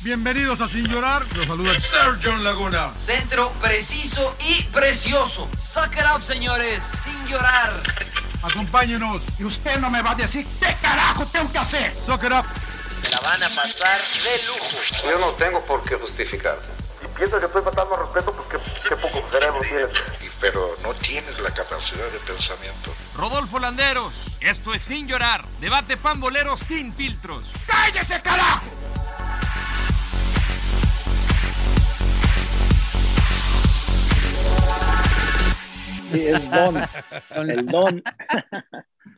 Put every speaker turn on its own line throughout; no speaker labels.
Bienvenidos a Sin Llorar. Los saluda Sir John Laguna.
Centro preciso y precioso. Suck it up, señores. Sin llorar.
Acompáñenos.
Y usted no me va a decir qué carajo tengo que hacer.
Soccer Up.
La van a pasar de lujo.
Yo no tengo por qué justificarte.
Pienso que estoy faltando respeto porque qué poco cerebro tienes.
pero no tienes la capacidad de pensamiento.
Rodolfo Landeros, esto es Sin Llorar. Debate pambolero sin filtros.
¡Cállese, carajo!
Sí, es Don. El Don.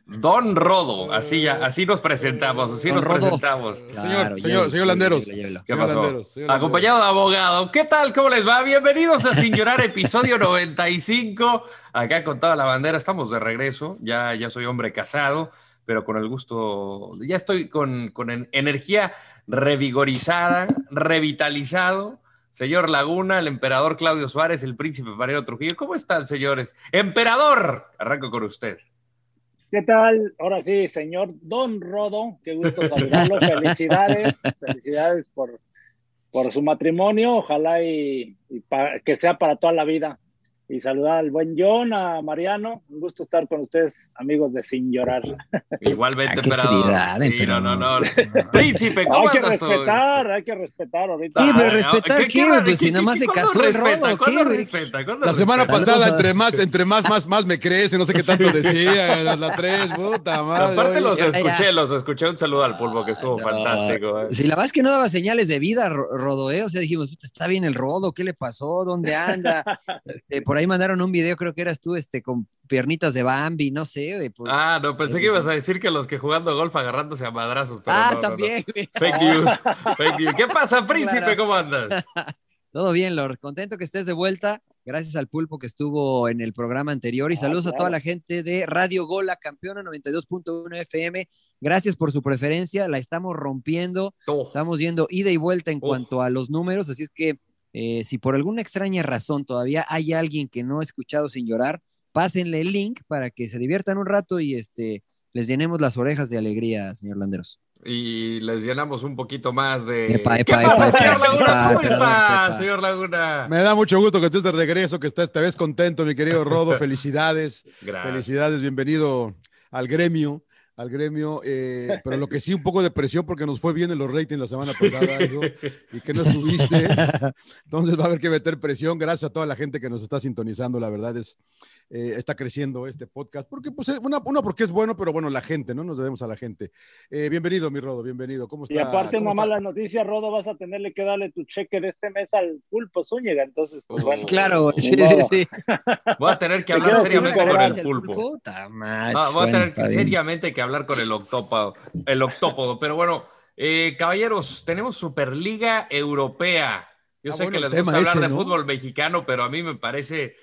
Don Rodo, así ya, así nos presentamos, así
Don
nos
Rodo.
presentamos.
Claro,
señor-
llévelo,
señor Landeros.
llévelo, llévelo.
¿Qué
Señor
pasó?
Landeros, señor
Acompañado de abogado. ¿Qué tal? ¿Cómo les va? Bienvenidos a Sin Llorar, episodio 95. Acá con toda la bandera, estamos de regreso. Ya, ya soy hombre casado, pero con el gusto, ya estoy con, con en- energía revigorizada, revitalizado. Señor Laguna, el emperador Claudio Suárez, el príncipe Mariano Trujillo. ¿Cómo están, señores? Emperador, arranco con usted.
¿Qué tal? Ahora sí, señor Don Rodo, qué gusto saludarlo. Felicidades, felicidades por, por su matrimonio. Ojalá y, y pa- que sea para toda la vida. Y saludar al buen John, a Mariano. Un gusto estar con ustedes, amigos de Sin Llorar.
Igualmente,
Ah, qué
emperador.
seriedad,
Sí,
emperador.
no, no, no. Príncipe, ¿cómo
Hay que
andas hoy?
respetar, hay que respetar ahorita.
Sí, pero
Ah,
respetar, ¿qué,
va-
güey? Si nada más se
cuándo
casó el
respeta?
rodo,
¿Cuándo
¿qué, güey?
respeta? ¿Cuándo
La semana
respeta?
pasada,
Saludos a-
entre más, entre más, más, más me crees, y no sé qué tanto decía, las la tres, puta madre.
Aparte
oye.
los
ya, ya.
escuché, los escuché. Un saludo al pulvo que estuvo
No.
fantástico. eh.
Si la verdad es que no daba señales de vida, Ro- Rodo, ¿eh? O sea, dijimos, "Puta, está bien el Rodo, ¿qué le pasó? ¿Dónde anda? Este, por ahí mandaron un video, creo que eras tú, este, con piernitas de Bambi, no sé. güey, por- Ah,
Ah, no, pensé que ibas a decir que los que jugando golf agarrándose a madrazos. pero no, no, no.
Ah, también, güey.
Fake news, fake news. ¿Qué pasa, príncipe?
Claro.
¿Cómo andas?
Todo bien, Lord. Contento que estés de vuelta. Gracias al pulpo que estuvo en el programa anterior y
Ah,
saludos a
claro.
toda la gente de Radio Gola, campeona 92.1 FM. Gracias por su preferencia. La estamos rompiendo.
Tú.
Estamos yendo ida y vuelta en
Uf.
cuanto a los números. Así es que eh, si por alguna extraña razón todavía hay alguien que no ha escuchado sin llorar, pásenle el link para que se diviertan un rato y este, les llenemos las orejas de alegría, señor Landeros.
Y les llenamos un poquito más de...
Epa,
¿Qué
epa,
pasa,
epa,
señor
epa,
Laguna?
epa,
¿Cómo
emperador,
está,
epa.
señor Laguna?
Me da mucho gusto que estés de regreso, que estás, te ves contento, mi querido Rodo. Felicidades,
Gracias.
felicidades, bienvenido al gremio, al gremio. eh, pero lo que sí, un poco de presión porque nos fue bien en los ratings la semana pasada algo, y que no estuviste. Entonces va a haber que meter presión. Gracias a toda la gente que nos está sintonizando, la verdad es, eh, está creciendo este podcast. Porque, pues, es una, una porque es bueno, pero bueno, la gente, ¿no? Nos debemos a la gente. Eh, bienvenido, mi Rodo, bienvenido. ¿Cómo está?
Y aparte
¿Cómo
una
está?
mala noticia, Rodo, vas a tenerle que darle tu cheque de este mes al pulpo Zúñiga. Entonces, pues,
Oh.
bueno.
Claro,
Ni
sí, sí,
modo.
sí.
Voy a tener que
Te
hablar
quiero
seriamente
decir,
con el
gracias,
pulpo.
Puta madre,
Ah, voy a
bueno,
tener
está
que,
bien.
seriamente que hablar con el octópodo, el octópodo. Pero bueno, eh, caballeros, tenemos Superliga Europea. Yo
Ah,
sé
bueno,
que
el
les
tema
gusta hablar
ese,
de
¿no?
fútbol mexicano, pero a mí me parece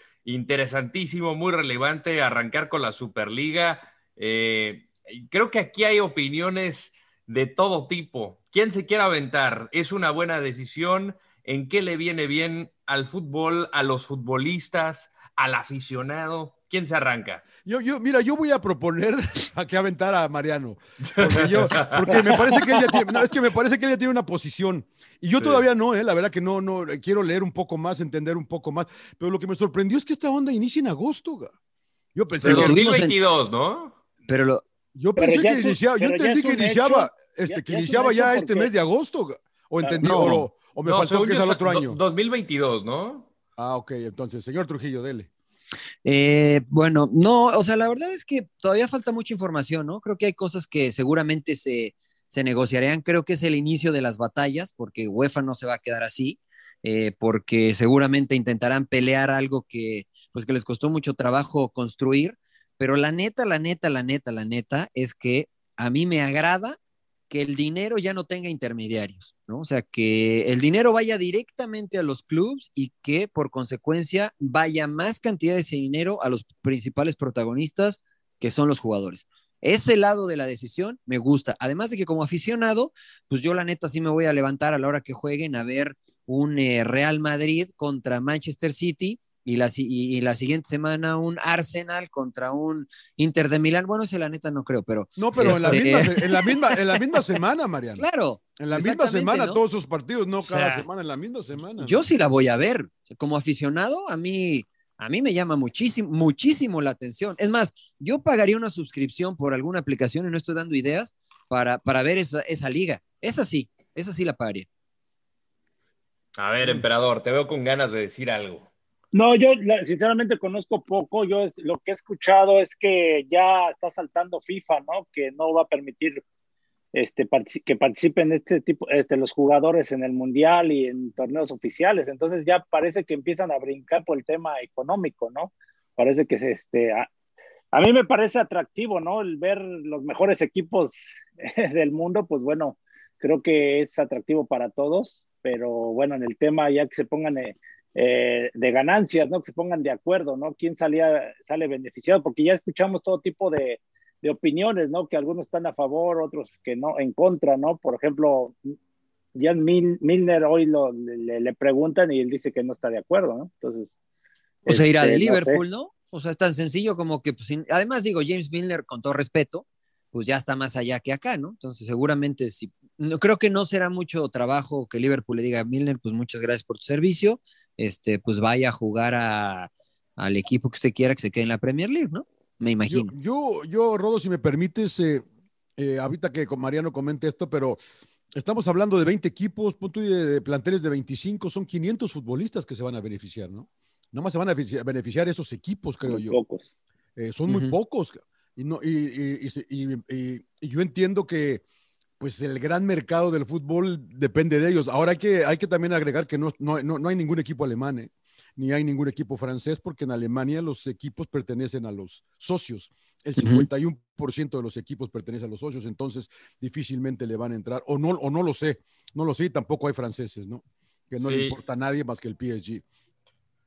interesantísimo, muy relevante arrancar con la Superliga. Eh, creo que aquí hay opiniones de todo tipo. ¿Quién se quiere aventar? ¿Es una buena decisión? ¿En qué le viene bien al fútbol, a los futbolistas, al aficionado? ¿Quién se arranca?
Yo, yo, mira, yo voy a proponer a que aventar a Mariano. Porque, yo- porque me parece que él ya tiene, no, es que me parece que él ya tiene una posición. Y yo
Sí.
todavía no, eh, la verdad que no, no, eh, quiero leer un poco más, entender un poco más. Pero lo que me sorprendió es que esta onda inicia en agosto. ga. Yo pensé
Pero
que.
2022, ¿no?
Pero lo,
Yo
Pero
pensé
ya
que
es un-
iniciaba. Yo
pero ya
entendí
es
que
un
iniciaba,
hecho.
este,
Ya-
que
ya es un
iniciaba
hecho
ya este
porque-
mes de agosto. O
Claro.
entendí,
Ah, No.
o, o me
No,
faltó
según
que es
yo
al
es
otro
do-
año.
2022, ¿no?
Ah, ok, entonces, señor Trujillo, dele.
Eh, bueno, no, o sea, la verdad es que todavía falta mucha información, ¿no? Creo que hay cosas que seguramente se, se negociarían. Creo que es el inicio de las batallas, porque UEFA no se va a quedar así, eh, porque seguramente intentarán pelear algo que, pues, que les costó mucho trabajo construir. Pero la neta, la neta, la neta, la neta es que a mí me agrada que el dinero ya no tenga intermediarios, ¿no? O sea, que el dinero vaya directamente a los clubes y que por consecuencia vaya más cantidad de ese dinero a los principales protagonistas, que son los jugadores. Ese lado de la decisión me gusta. Además de que como aficionado, pues yo la neta sí me voy a levantar a la hora que jueguen a ver un eh, Real Madrid contra Manchester City y la, si- y- y la siguiente semana un Arsenal contra un Inter de Milán. Bueno, ese la neta no creo, pero
No, pero en, la
Este-
misma,
eh.
se- en, la misma, en la misma semana, Mariano.
claro.
En la misma
exactamente,
semana,
¿no?
todos sus partidos, no cada
sea,
semana, en la misma semana.
Yo sí la voy a ver. Como aficionado, a mí, a mí me llama muchísimo, muchísimo la atención. Es más, yo pagaría una suscripción por alguna aplicación, y no estoy dando ideas, para, para ver esa, esa liga. Esa sí, esa sí la pagaría.
A ver,
Mm.
emperador, te veo con ganas de decir algo.
No, yo la- sinceramente conozco poco. Yo es- lo que he escuchado es que ya está saltando FIFA, ¿no? Que no va a permitir este, partici- que participen este tipo, este, los jugadores en el mundial y en torneos oficiales. Entonces ya parece que empiezan a brincar por el tema económico, ¿no? Parece que se, este, a, a mí me parece atractivo, ¿no? El ver los mejores equipos del mundo, pues bueno, creo que es atractivo para todos. Pero bueno, en el tema ya que se pongan eh, eh, de ganancias, ¿no? Que se pongan de acuerdo, ¿no? ¿Quién salía, sale beneficiado? Porque ya escuchamos todo tipo de, de opiniones, ¿no? Que algunos están a favor, otros que no, en contra, ¿no? Por ejemplo, Jan Mil- Milner hoy lo, le, le preguntan y él dice que no está de acuerdo, ¿no? Entonces.
O sea, irá
este,
de
no sé.
Liverpool, ¿no? O sea, es tan sencillo como que, pues, sin- además digo, James Milner, con todo respeto, pues ya está más allá que acá, ¿no? Entonces, seguramente sí. No, creo que no será mucho trabajo que Liverpool le diga a Milner, pues muchas gracias por tu servicio, este, pues vaya a jugar a- al equipo que usted quiera que se quede en la Premier League, ¿no? Me
Yo,
imagino.
yo, yo, Rodo, si me permites, eh, eh, ahorita que con Mariano comente esto, pero estamos hablando de 20 equipos, punto y de, de planteles de 25, son 500 futbolistas que se van a beneficiar, ¿no? Nada más se van a benefici- beneficiar esos equipos, creo
muy
yo.
pocos.
Eh, son muy
Ujú.
pocos. Y, no, y, y- y se- y- y- y yo entiendo que pues el gran mercado del fútbol depende de ellos. Ahora hay que, hay que también agregar que no, no, no- no hay ningún equipo alemán, ¿eh? ni hay ningún equipo francés, porque en Alemania los equipos pertenecen a los socios. El
Ujú.
51% de los equipos pertenece a los socios, entonces difícilmente le van a entrar, o no, o no lo sé, no lo sé, y tampoco hay franceses, ¿no? Que no le
Sí.
importa a nadie más que el PSG.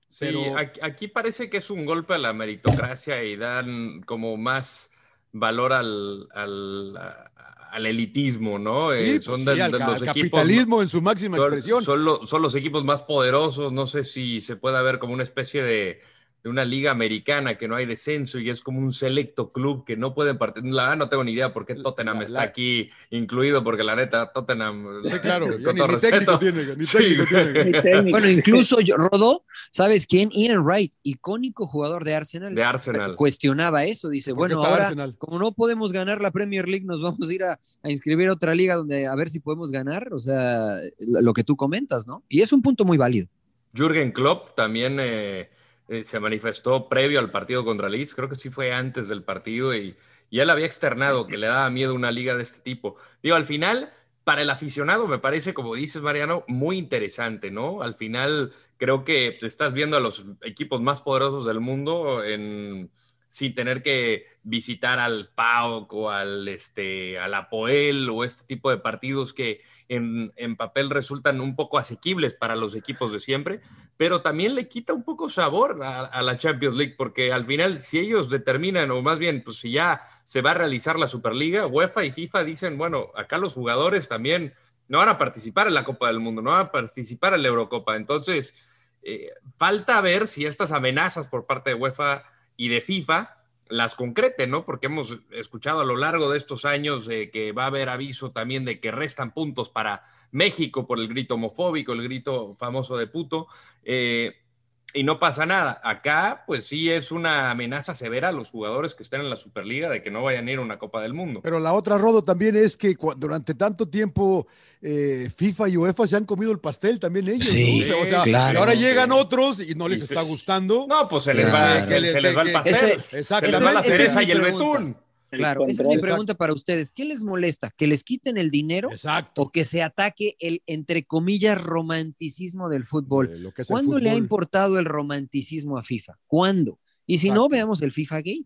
Sí,
Pero-
aquí, aquí parece que es un golpe a la meritocracia y dan como más valor al, al, a- al elitismo, ¿no? Eh,
Sí, pues
son
sí,
de,
al
de
ca-
los
al
equipos.
capitalismo en su máxima expresión.
Son, son lo- son los equipos más poderosos. No sé si se puede ver como una especie de, de una liga americana que no hay descenso y es como un selecto club que no pueden participar. La verdad no tengo ni idea por qué Tottenham
La-
está
la-
aquí incluido, porque la neta, Tottenham.
Sí, claro,
con
ya ni,
todo
ni técnico
respeto,
tiene, ni
Sí,
técnico tiene.
Ni técnico.
Bueno, incluso yo, Rodo, ¿sabes quién? Ian Wright, icónico jugador de Arsenal,
de Arsenal.
cuestionaba eso. Dice,
¿Por qué
bueno,
está
ahora
Arsenal?
como no podemos ganar la Premier League, nos vamos a ir a, a inscribir a otra liga donde a ver si podemos ganar. O sea, lo lo que tú comentas, ¿no? Y es un punto muy válido.
Jürgen Klopp también eh, eh, se manifestó previo al partido contra Leeds, creo que sí fue antes del partido y, y él había externado que le daba miedo una liga de este tipo. Digo, al final, para el aficionado me parece, como dices Mariano, muy interesante, ¿no? Al final creo que te estás viendo a los equipos más poderosos del mundo en sin tener que visitar al PAOK o al este al Apoel o este tipo de partidos que en, en papel resultan un poco asequibles para los equipos de siempre, pero también le quita un poco sabor a, a la Champions League, porque al final, si ellos determinan, o más bien, pues si ya se va a realizar la Superliga, UEFA y FIFA dicen, bueno, acá los jugadores también no van a participar en la Copa del Mundo, no van a participar en la Eurocopa. Entonces, eh, falta ver si estas amenazas por parte de UEFA y de FIFA las concreten, ¿no? Porque hemos escuchado a lo largo de estos años eh, que va a haber aviso también de que restan puntos para México por el grito homofóbico, el grito famoso de puto. Eh, y no pasa nada. Acá, pues sí es una amenaza severa a los jugadores que estén en la Superliga de que no vayan a ir a una Copa del Mundo.
Pero la otra, Rodo, también es que cu- durante tanto tiempo eh, FIFA y UEFA se han comido el pastel también ellos.
Sí,
¿no? O sea,
claro.
y ahora llegan otros y no
Y
les
se-
está gustando.
No, pues se les va,
Claro.
se les, se les va el
que-
pastel.
Ese-
Exacto.
se les
ese-
va la
ese es
cereza
mi
y el
pregunta.
betún.
El
Claro, esa es mi
control.
pregunta para ustedes. ¿Qué les molesta? ¿Que les quiten el dinero
Exacto.
o que se ataque el, entre comillas, romanticismo del fútbol?
Eh, lo que es el
¿Cuándo le ha
fútbol.
importado el romanticismo a FIFA? ¿Cuándo? Y si no,
Exacto.
veamos el FIFA Gate,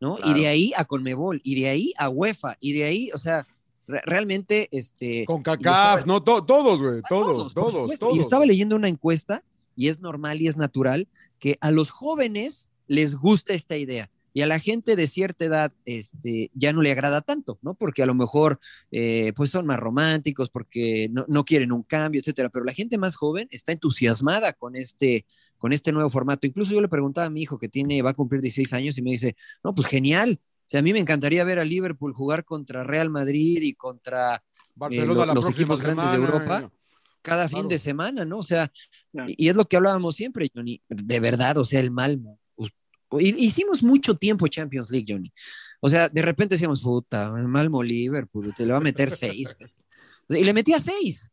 ¿no?
Claro.
Y de ahí a Conmebol, y de ahí a UEFA, y de ahí, o sea, re- realmente, este...
Con CACAF, no, To- todos, güey,
a
todos,
por
todos,
supuesto.
todos.
Y estaba leyendo una encuesta, y es normal y es natural, que a los jóvenes les gusta esta idea. Y a la gente de cierta edad este, ya no le agrada tanto, ¿no? Porque a lo mejor eh, pues son más románticos, porque no, no quieren un cambio, etcétera. Pero la gente más joven está entusiasmada con este, con este nuevo formato. Incluso yo le preguntaba a mi hijo que tiene, va a cumplir 16 años y me dice, no, pues genial. O sea, a mí me encantaría ver a Liverpool jugar contra Real Madrid y contra
Barcelona
eh, lo-
la
los
próxima
equipos grandes de
semana. eh.
Europa. cada
Claro.
fin de semana, ¿no? O sea,
Claro.
y, y es lo que hablábamos siempre, Johnny, de verdad, o sea, el Malmo. Us- hi- Hicimos mucho tiempo Champions League, Johnny. O sea, de repente decíamos, puta, Malmo Liverpool, te le va a meter seis. güey". Y le metía seis,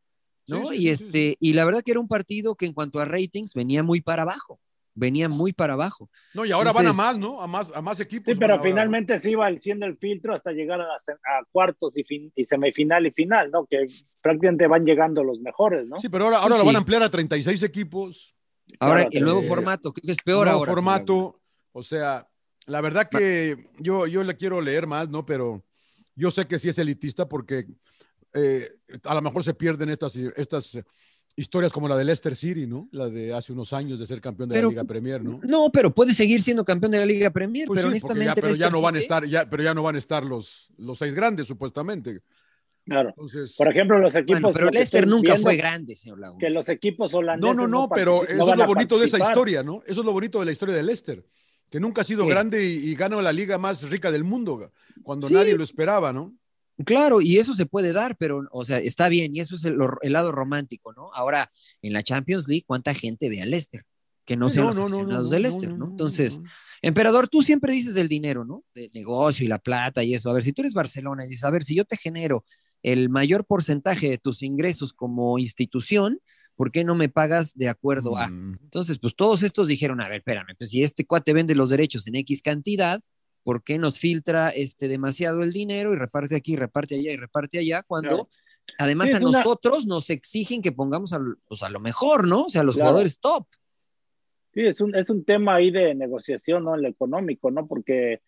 ¿no?
Sí, sí,
y,
sí,
este, y la verdad que era un partido que en cuanto a ratings venía muy para abajo, venía muy para abajo.
No, y ahora van a
Entonces-
más, ¿no? A más, a más equipos.
Sí, pero
van ahora.
finalmente se iba haciendo el filtro hasta llegar a, las- a cuartos y, fin- y semifinal y final, ¿no? Que prácticamente van llegando los mejores, ¿no?
Sí, pero ahora, ahora
Sí,
lo van a
sí.
ampliar a 36 equipos.
Ahora,
Claro,
el nuevo
eh,
formato, creo que es peor
nuevo
ahora.
formato. O sea, la verdad que yo, yo le quiero leer más, ¿no? Pero yo sé que sí es elitista porque eh, a lo mejor se pierden estas, estas historias como la de Leicester City, ¿no? La de hace unos años de ser campeón de
Pero-
la Liga Premier, ¿no?
seguro. No, pero puede seguir siendo campeón de la Liga Premier,
Pues
pero
sí, porque
honestamente.
ya, pero ya
Leicester
no van a
City-
estar, ya, pero ya no van a estar los, los seis grandes, supuestamente.
Claro.
Entonces,
Por ejemplo, los equipos.
Bueno, pero
lo que
Leicester
estoy
nunca
viendo,
fue grande, señor Laguna.
Que los equipos
no,
holandeses.
no, no, pero
partici-
eso
no
es
van
lo
a
bonito de esa
participar.
historia, ¿no? Eso es lo bonito de la historia de Leicester, que nunca ha sido
Sí.
grande y, y gana la liga más rica del mundo, cuando
Sí.
nadie lo esperaba, ¿no?
Claro, y eso se puede dar, pero, o sea, está bien, y eso es el, lo- el lado romántico, ¿no? Ahora, en la Champions League, ¿cuánta gente ve al Leicester? Que no
Sí,
sean los aficionados del Leicester, ¿no? Entonces,
no.
emperador, tú siempre dices del dinero, ¿no? Del negocio y la plata y eso. A ver, si tú eres Barcelona y dices, a ver, si yo te genero el mayor porcentaje de tus ingresos como institución, ¿por qué no me pagas de acuerdo a?
Mm.
Entonces, pues todos estos dijeron, a ver, espérame, pues si este cuate vende los derechos en X cantidad, ¿por qué nos filtra este demasiado el dinero y reparte aquí, reparte allá y reparte allá? Cuando
Claro.
además
Sí,
a
es una-
nosotros nos exigen que pongamos a, l- pues, a lo mejor, ¿no? O sea, a los
Claro.
jugadores top.
Eh,
Sí, es un, es un tema ahí de negociación, ¿no? En lo económico, ¿no? Porque,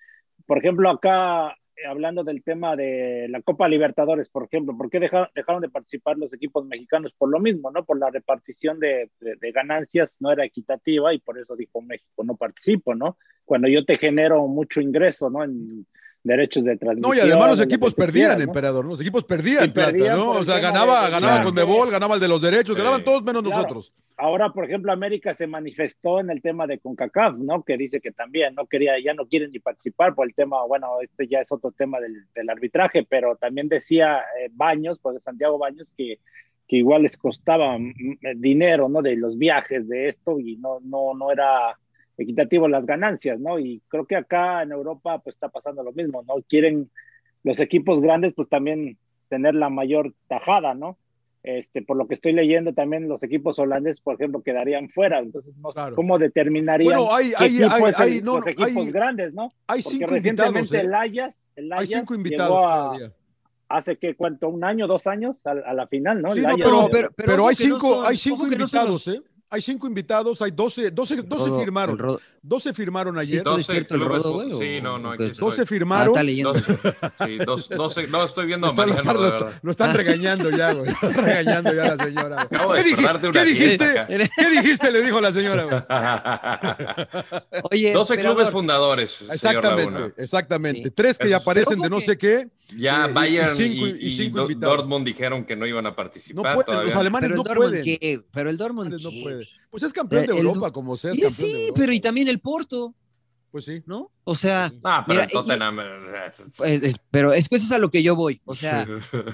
por ejemplo, acá, eh, hablando del tema de la Copa Libertadores, por ejemplo, ¿por qué deja- dejaron de participar los equipos mexicanos? Por lo mismo, ¿no? Por la repartición de, de- de ganancias no era equitativa y por eso dijo México, no participo, ¿no? Cuando yo te genero mucho ingreso, ¿no? En derechos de
No,
transmisión.
y además los
en lo que
equipos
tú
perdían,
quieras, ¿no?
emperador, ¿no? Los equipos perdían,
Y perdían
plata, ¿no?
por
O
el
sea,
tema
ganaba,
de-
ganaba
Claro.
con Debol, ganaba el de los derechos,
Sí.
ganaban todos menos
Claro.
nosotros.
Ahora, por ejemplo, América se manifestó en el tema de CONCACAF, ¿no? Que dice que también no quería, ya no quieren ni participar por el tema, bueno, este ya es otro tema del, del arbitraje, pero también decía eh, Baños, porque Santiago Baños, que, que igual les costaba mm, eh, dinero, ¿no? De los viajes, de esto, y no, no, no era equitativo las ganancias, ¿no? Y creo que acá en Europa, pues está pasando lo mismo, ¿no? Quieren los equipos grandes, pues también tener la mayor tajada, ¿no? Este, por lo que estoy leyendo también los equipos holandeses, por ejemplo, quedarían fuera. Entonces, no sé
Claro.
cómo determinarían
Bueno, hay-
qué
hay-
equipo
hay-
es el-
hay- no,
los
no,
equipos
hay-
grandes, ¿no?
Hay
Porque
cinco invitados,
recientemente
¿eh?
el Ajax, el
Hay
Ajax
cinco invitados
llegó a,
todavía.
hace que cuánto, un año, dos años a, a la final, ¿no?
Sí,
El
no,
Ajax
pero,
llegó.
pero,
pero
pero
ojo
hay
que no
cinco,
son-
hay cinco
ojo que no son
invitados, ¿eh? Hay cinco invitados, hay 12, 12, 12
Rodo,
firmaron.
el Rodo-
12 firmaron
¿Sí
ayer.
está
Doce
despierto el
clubes
rodo,
fu-
güey?
sí,
o-
no, no,
o
hay
qué?
que-
12
Ah,
firmaron.
está leyendo.
Dos- sí, dos- doce- no, estoy viendo a
Está lo-
Mariano,
lo,
de verdad.
lo están regañando ya, güey. Están regañando ya la señora. güey.
Acabo de
¿Qué, dij-
acordarte una
qué dijiste?
fiesta acá.
¿Qué dijiste? Le dijo la señora, güey.
Oye,
12
emperador,
clubes fundadores. señor Laguna.
Exactamente, exactamente.
Sí.
Tres que
Eso-
aparecen
Pero
de no
¿cómo
sé qué.
Ya
Y- y- y
Bayern y,
cinco- y
y
cinco
Do-
invitados.
Dortmund dijeron que no iban a
No
participar.
pueden,
todavía.
los alemanes
pero el
no
Dortmund,
pueden.
¿qué? Pero el Dortmund,
Alemanes no
¿qué?
pueden. Pues es campeón de
Eh, El- el
Europa,
Dor-
como sea. es
Sí,
campeón
sí,
de Europa.
pero y también el Porto,
Pues sí.
¿no? O sea,
Ah, pero
Mira,
el Tottenham. eh, eh,
es- es- pero es que eso es a lo que yo voy. O sea,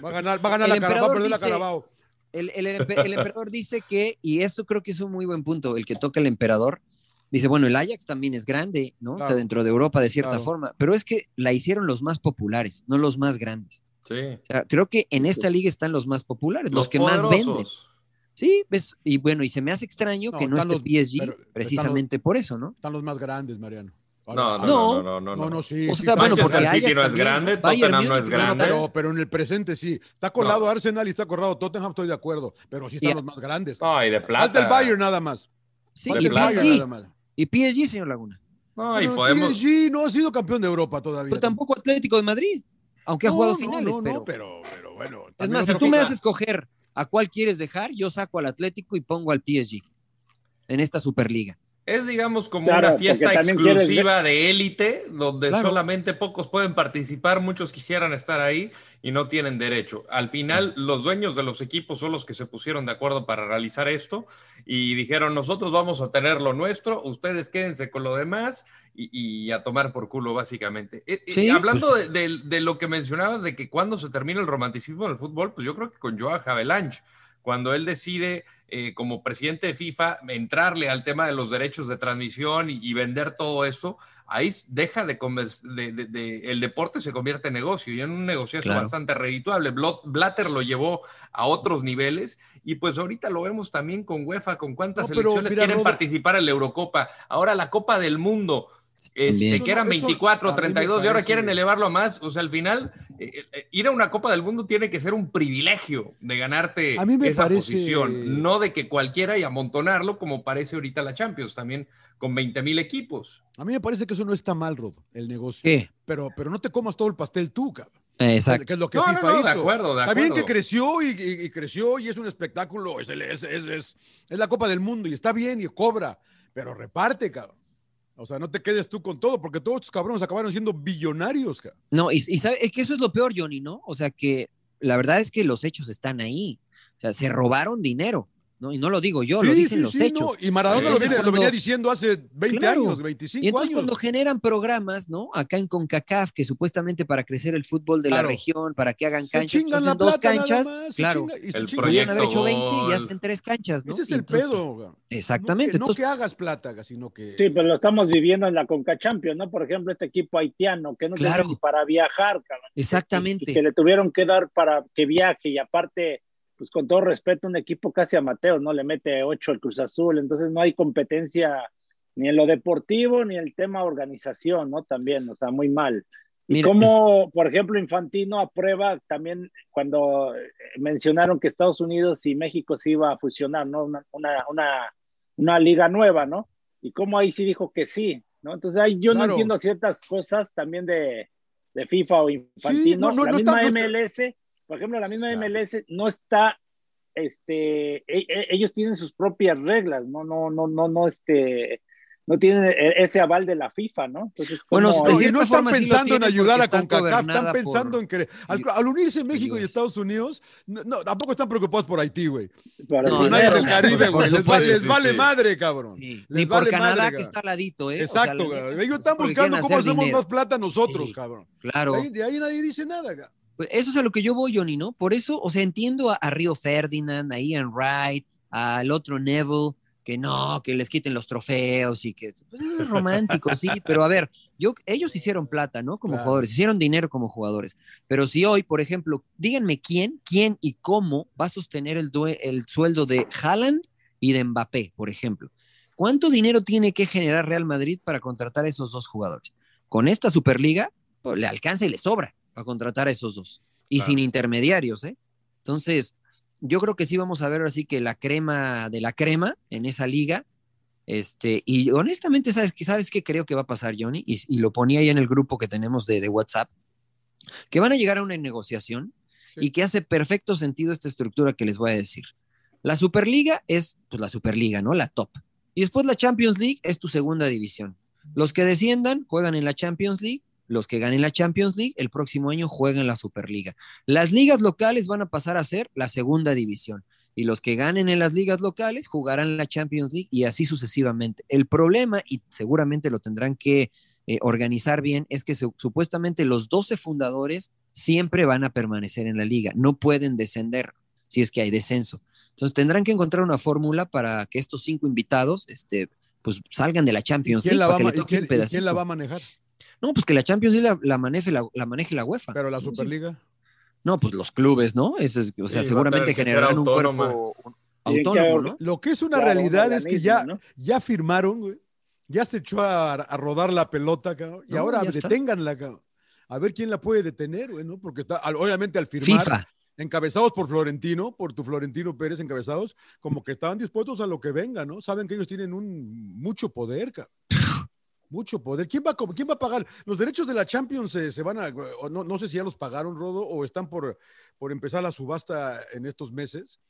Va a ganar, va a
El
ganar la Carabao,
emperador
perder la
dice-
Carabao.
El, el empe- el emperador dice que, y esto creo que es un muy buen punto, el que toca el emperador, Dice, bueno, el Ajax también es grande, ¿no? Claro. O sea, dentro de Europa de cierta claro. forma, pero es que la hicieron los más populares, no los más grandes.
Sí.
O sea, creo que en esta liga están los más populares, los, los que poderosos. más venden. Sí, ves, y bueno, y se me hace extraño no, que no esté los, PSG pero, precisamente
los,
por eso, ¿no?
Están los más grandes, Mariano.
No, no, no, no, no, no,
sí.
O sea, bueno, porque
City no es grande, Tottenham no es grande.
Pero, pero en el presente sí. Está colado Arsenal y está colado Tottenham, estoy de acuerdo. Pero sí están los más grandes.
No, y de plata.
Falta el Bayern nada más.
Sí, y PSG. Y PSG, señor Laguna.
No, y podemos...
PSG no ha sido campeón de Europa todavía.
Pero tampoco Atlético de Madrid, aunque ha jugado finales.
pero... pero, bueno.
Es más, si tú me haces escoger a cuál quieres dejar, yo saco al Atlético y pongo al PSG en esta Superliga.
Es, digamos, como claro, una fiesta exclusiva de élite, donde claro. solamente pocos pueden participar, muchos quisieran estar ahí y no tienen derecho. Al final, sí. los dueños de los equipos son los que se pusieron de acuerdo para realizar esto y dijeron, nosotros vamos a tener lo nuestro, ustedes quédense con lo demás y, y a tomar por culo, básicamente. Sí, y hablando pues... de, de, de, lo que mencionabas, de que cuando se termina el romanticismo del fútbol, pues yo creo que con Joao Javelange, cuando él decide... Eh, como presidente de FIFA, entrarle al tema de los derechos de transmisión y, y vender todo eso, ahí deja de, de, de, de, el deporte se convierte en negocio y en un negocio claro. bastante redituable. Blatter lo llevó a otros niveles y pues ahorita lo vemos también con UEFA, con cuántas no, selecciones mira, quieren Robert, participar en la Eurocopa, ahora la Copa del Mundo. Este, que eran 24, 32 y ahora quieren elevarlo a más. O sea, al final, eh, eh, ir a una Copa del Mundo tiene que ser un privilegio de ganarte a mí me esa parece... posición, no de que cualquiera y amontonarlo como parece ahorita la Champions, también con 20 mil equipos.
A mí me parece que eso no está mal, Rob, el negocio.
¿Qué?
Pero, pero no te comas todo el pastel tú, cabrón.
Exacto.
Que es lo que
no,
FIFA
no, no,
hizo.
De acuerdo, de acuerdo.
Está bien que creció y, y, y, creció y es un espectáculo, es, el, es, es, es, es la Copa del Mundo y está bien y cobra, pero reparte, cabrón. O sea, no te quedes tú con todo, porque todos estos cabrones acabaron siendo billonarios. Cara.
No, y, y sabe, es que eso es lo peor, Johnny, ¿no? O sea, que la verdad es que los hechos están ahí. O sea, se robaron dinero, ¿no? Y no lo digo yo, sí, lo dicen sí, los sí, hechos.
No. Y Maradona lo, viene, cuando... lo, venía diciendo hace 20 claro. años, 25
y entonces
años.
cuando generan programas, ¿no? Acá en CONCACAF, que supuestamente para crecer el fútbol de claro. la región, para que hagan canchas,
se
hacen dos canchas, más, claro.
Y el proyecto
haber hecho 20 gol. y hacen tres canchas, ¿no?
Ese es
y
el entonces, pedo. Cara.
Exactamente.
No, que, entonces, no que hagas plata, sino que...
Sí, pero lo estamos viviendo en la Conca Champions, ¿no? Por ejemplo, este equipo haitiano, que no claro. tiene para viajar, cabrón.
Exactamente.
Que, que le tuvieron que dar para que viaje y aparte pues con todo respeto, un equipo casi amateur, ¿no? Le mete 8 el Cruz Azul, entonces no hay competencia ni en lo deportivo ni en el tema organización, ¿no? También, o sea, muy mal. Mira, y como, es... por ejemplo, Infantino aprueba también cuando eh, mencionaron que Estados Unidos y México se iba a fusionar, ¿no? Una, una, una, una liga nueva, ¿no? Y como ahí sí dijo que sí, ¿no? Entonces ahí yo claro. no entiendo ciertas cosas también de, de FIFA o Infantino, sí, no, no, la no, misma MLS por ejemplo, la misma MLS no está, este, ellos tienen sus propias reglas, no, no, no, no, no, este, no tienen e, ese aval de la FIFA, ¿no? Entonces,
bueno, no, y no están pensando sí en ayudar a CONCACAF, están pensando por... en que al, al, unirse México Dios. y Estados Unidos, no, no, tampoco están preocupados por Haití, güey. No, no, del Caribe, güey. Les, vale, les vale sí, sí. madre, cabrón.
Ni
les
por
vale
Canadá
madre,
que está al ladito, ¿eh?
Exacto, o sea, cabrón. Ellos están buscando cómo hacemos dinero. más plata nosotros, cabrón.
Claro.
De ahí, de ahí nadie dice nada, cabrón.
Pues, Eso es a lo que yo voy, Johnny, ¿no? Por eso, o sea, entiendo a, a, Río Ferdinand, a Ian Wright, al otro Neville, que no, que les quiten los trofeos y que pues es romántico, sí, pero a ver, yo, ellos hicieron plata, ¿no? Como claro. jugadores, hicieron dinero como jugadores. Pero si hoy, por ejemplo, díganme quién, quién y cómo va a sostener el, el sueldo de Haaland y de Mbappé, por ejemplo. ¿Cuánto dinero tiene que generar Real Madrid para contratar a esos dos jugadores? Con esta Superliga, pues, le alcanza y le sobra a contratar a esos dos. Y claro. sin intermediarios, ¿eh? Entonces, yo creo que sí vamos a ver ahora sí que la crema de la crema en esa liga. Este, y honestamente, ¿sabes qué, ¿sabes qué creo que va a pasar, Johnny? Y, y lo ponía ahí en el grupo que tenemos de, de WhatsApp, que van a llegar a una negociación sí. y que hace perfecto sentido esta estructura que les voy a decir. La Superliga es, pues, la Superliga, ¿no? La top. Y después la Champions League es tu segunda división. Los que desciendan juegan en la Champions League los que ganen la Champions League el próximo año juegan la Superliga. Las ligas locales van a pasar a ser la segunda división y los que ganen en las ligas locales jugarán la Champions League y así sucesivamente. El problema, y seguramente lo tendrán que eh, organizar bien, es que su supuestamente los 12 fundadores siempre van a permanecer en la liga, no pueden descender si es que hay descenso. Entonces tendrán que encontrar una fórmula para que estos cinco invitados este, pues salgan de la Champions
¿Quién
League.
la, va,
para que
ma-
le
y
toque un
quién- y
pedacito.
quién la va a manejar?
No, pues que la Champions League la, la maneje, la, la maneje la UEFA.
Pero la
No sé.
Superliga.
No, pues los clubes, ¿no? Eso es- o sea,
va a
seguramente
tener que ser
generarán un
autónoma.
cuerpo un-
Tienen que
autónomo,
haber-
¿no?
Lo que es una
Claro, un
realidad es que ya,
organismo,
ya firmaron, güey. Ya se echó a, a rodar la pelota, cabrón. Y
No,
ahora
ya está.
deténganla, cabrón. A ver quién la puede detener, güey, ¿no? Porque está, al- obviamente al firmar,
FIFA.
encabezados por Florentino, por tu Florentino Pérez, encabezados, como que estaban dispuestos a lo que venga, ¿no? Saben que ellos tienen un mucho poder, cabrón. Mucho poder. ¿Quién va, a co- ¿Quién va a pagar? Los derechos de la Champions se, se van a. o No, no sé si ya los pagaron, Rodo, o están por, por empezar la subasta en estos meses.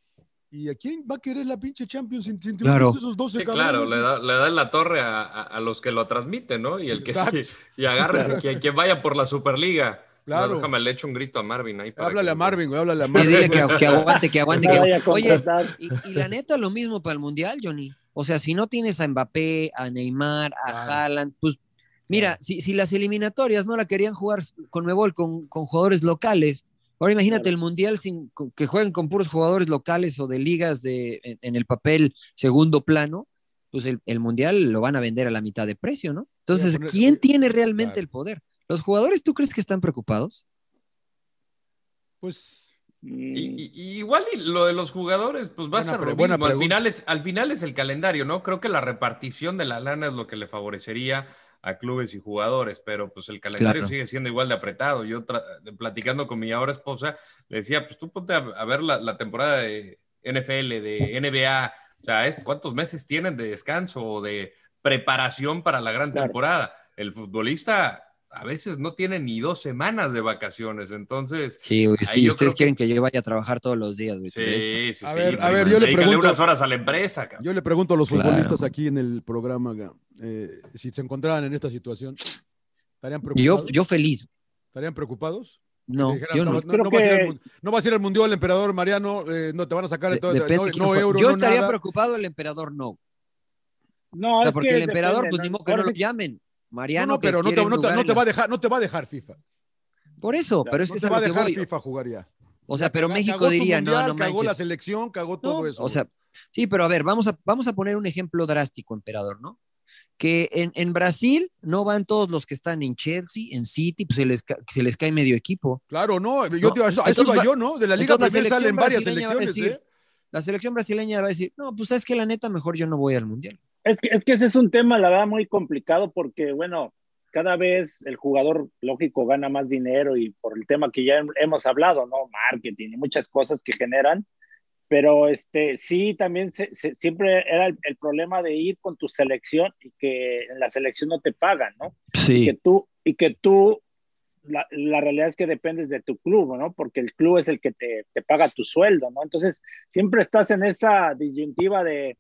¿Y a quién va a querer la pinche Champions sin, sin
Claro.
tributos esos 12
Sí, claro,
cabrones?
le, da, le dan la torre a, a- a los que lo transmiten, ¿no? Y el que
Exacto.
y agarre quien, quien vaya por la Superliga.
Claro.
No, déjame le echo un grito a Marvin ahí. para
Háblale
que-
a Marvin, güey, háblale a
Y
Marvin.
dile que, que aguante, que aguante.
No
Que...
vaya a
aguante. Oye,
contratar.
y, y la neta, lo mismo para el Mundial, Johnny. O sea, si no tienes a Mbappé, a Neymar, a
Claro.
Haaland, pues mira, si, si las eliminatorias no la querían jugar con Mebol, con, con jugadores locales, ahora imagínate
Claro.
el Mundial sin, con- que jueguen con puros jugadores locales o de ligas de, en, en el papel segundo plano, pues el, el Mundial lo van a vender a la mitad de precio, ¿no? Entonces,
e-
poner-
¿quién
voy-
tiene realmente
Claro.
el poder? ¿Los jugadores tú crees que están preocupados?
Pues
Mm,
Y, y- y igual y lo de los jugadores, pues va
Buena
a ser
pre-
lo
buena
mismo. Al
pregunta.
final, es, al final es el calendario, ¿no? Creo que la repartición de la lana es lo que le favorecería a clubes y jugadores, pero pues el calendario
Claro.
sigue siendo igual de apretado. Yo tra- platicando con mi ahora esposa, le decía, pues tú ponte a, a ver la, la temporada de NFL, de NBA, o sea, es cuántos meses tienen de descanso o de preparación para la gran
Claro.
temporada. El futbolista a veces no tiene ni dos semanas de vacaciones, entonces...
Sí, güey, es
Ahí
que
yo
ustedes
creo que-
quieren que... yo vaya a trabajar todos los días, güey. ¿ves?
Sí, sí,
A
sí,
ver, a
primo.
ver, yo le
Dedícale
pregunto-
unas horas a la empresa, cabrón.
yo le pregunto a los
Claro.
futbolistas aquí en el programa, güey, eh, si se encontraran en esta situación, ¿estarían
Y Yo,
preocupados?
yo feliz.
¿Estarían preocupados?
No,
Que dijeran,
yo no.
vas-
Creo
vas a ir al
que-
mun- no vas a ir al mundial, emperador Mariano, eh, no te van a sacar
De-
entonces,
depende
no,
quién
no
fue.
euro,
yo
no
estaría
nada.
preocupado, el emperador no. O
no,
sea,
es
porque
que
el emperador,
depende,
pues ni
¿no?
modo que no
Ahora
lo
sí-
llamen.
No,
Mariano,
no, pero
que
no
quiere
te,
un
no te-
lugar
no
en
te
la-
va a dejar, no te va a dejar FIFA.
Por eso,
Claro,
pero es
No
que es
te
a
va a
lo que
dejar
voy.
FIFA jugar ya.
O sea, pero
Cagó-
México
cagó tu
diría,
mundial,
no, no
cagó la
manches.
selección, cagó
No,
todo eso.
o sea,
güey.
sí, pero a ver, vamos a, vamos a poner un ejemplo drástico, emperador, ¿no? Que en, en Brasil no van todos los que están en Chelsea, en City, pues se les, ca- se les cae medio equipo.
claro, no, yo
No,
te, a eso
entonces
iba
va-
yo, ¿no? De la Liga
entonces la
Premier salen
selección
varias
brasileña va a
selecciones,
decir,
¿eh?
La selección brasileña va a decir, no, pues es que la neta, mejor yo no voy al mundial.
Es que, es que ese es un tema, la verdad, muy complicado porque, bueno, cada vez el jugador, lógico, gana más dinero y por el tema que ya hem- hemos hablado, ¿no? Marketing y muchas cosas que generan. Pero este, sí, también se- se- siempre era el, el problema de ir con tu selección y que en la selección no te pagan, ¿no?
Sí,
que tú y que tú la, la realidad es que dependes de tu club, ¿no? Porque el club es el que te, te paga tu sueldo, ¿no? Entonces, siempre estás en esa disyuntiva de,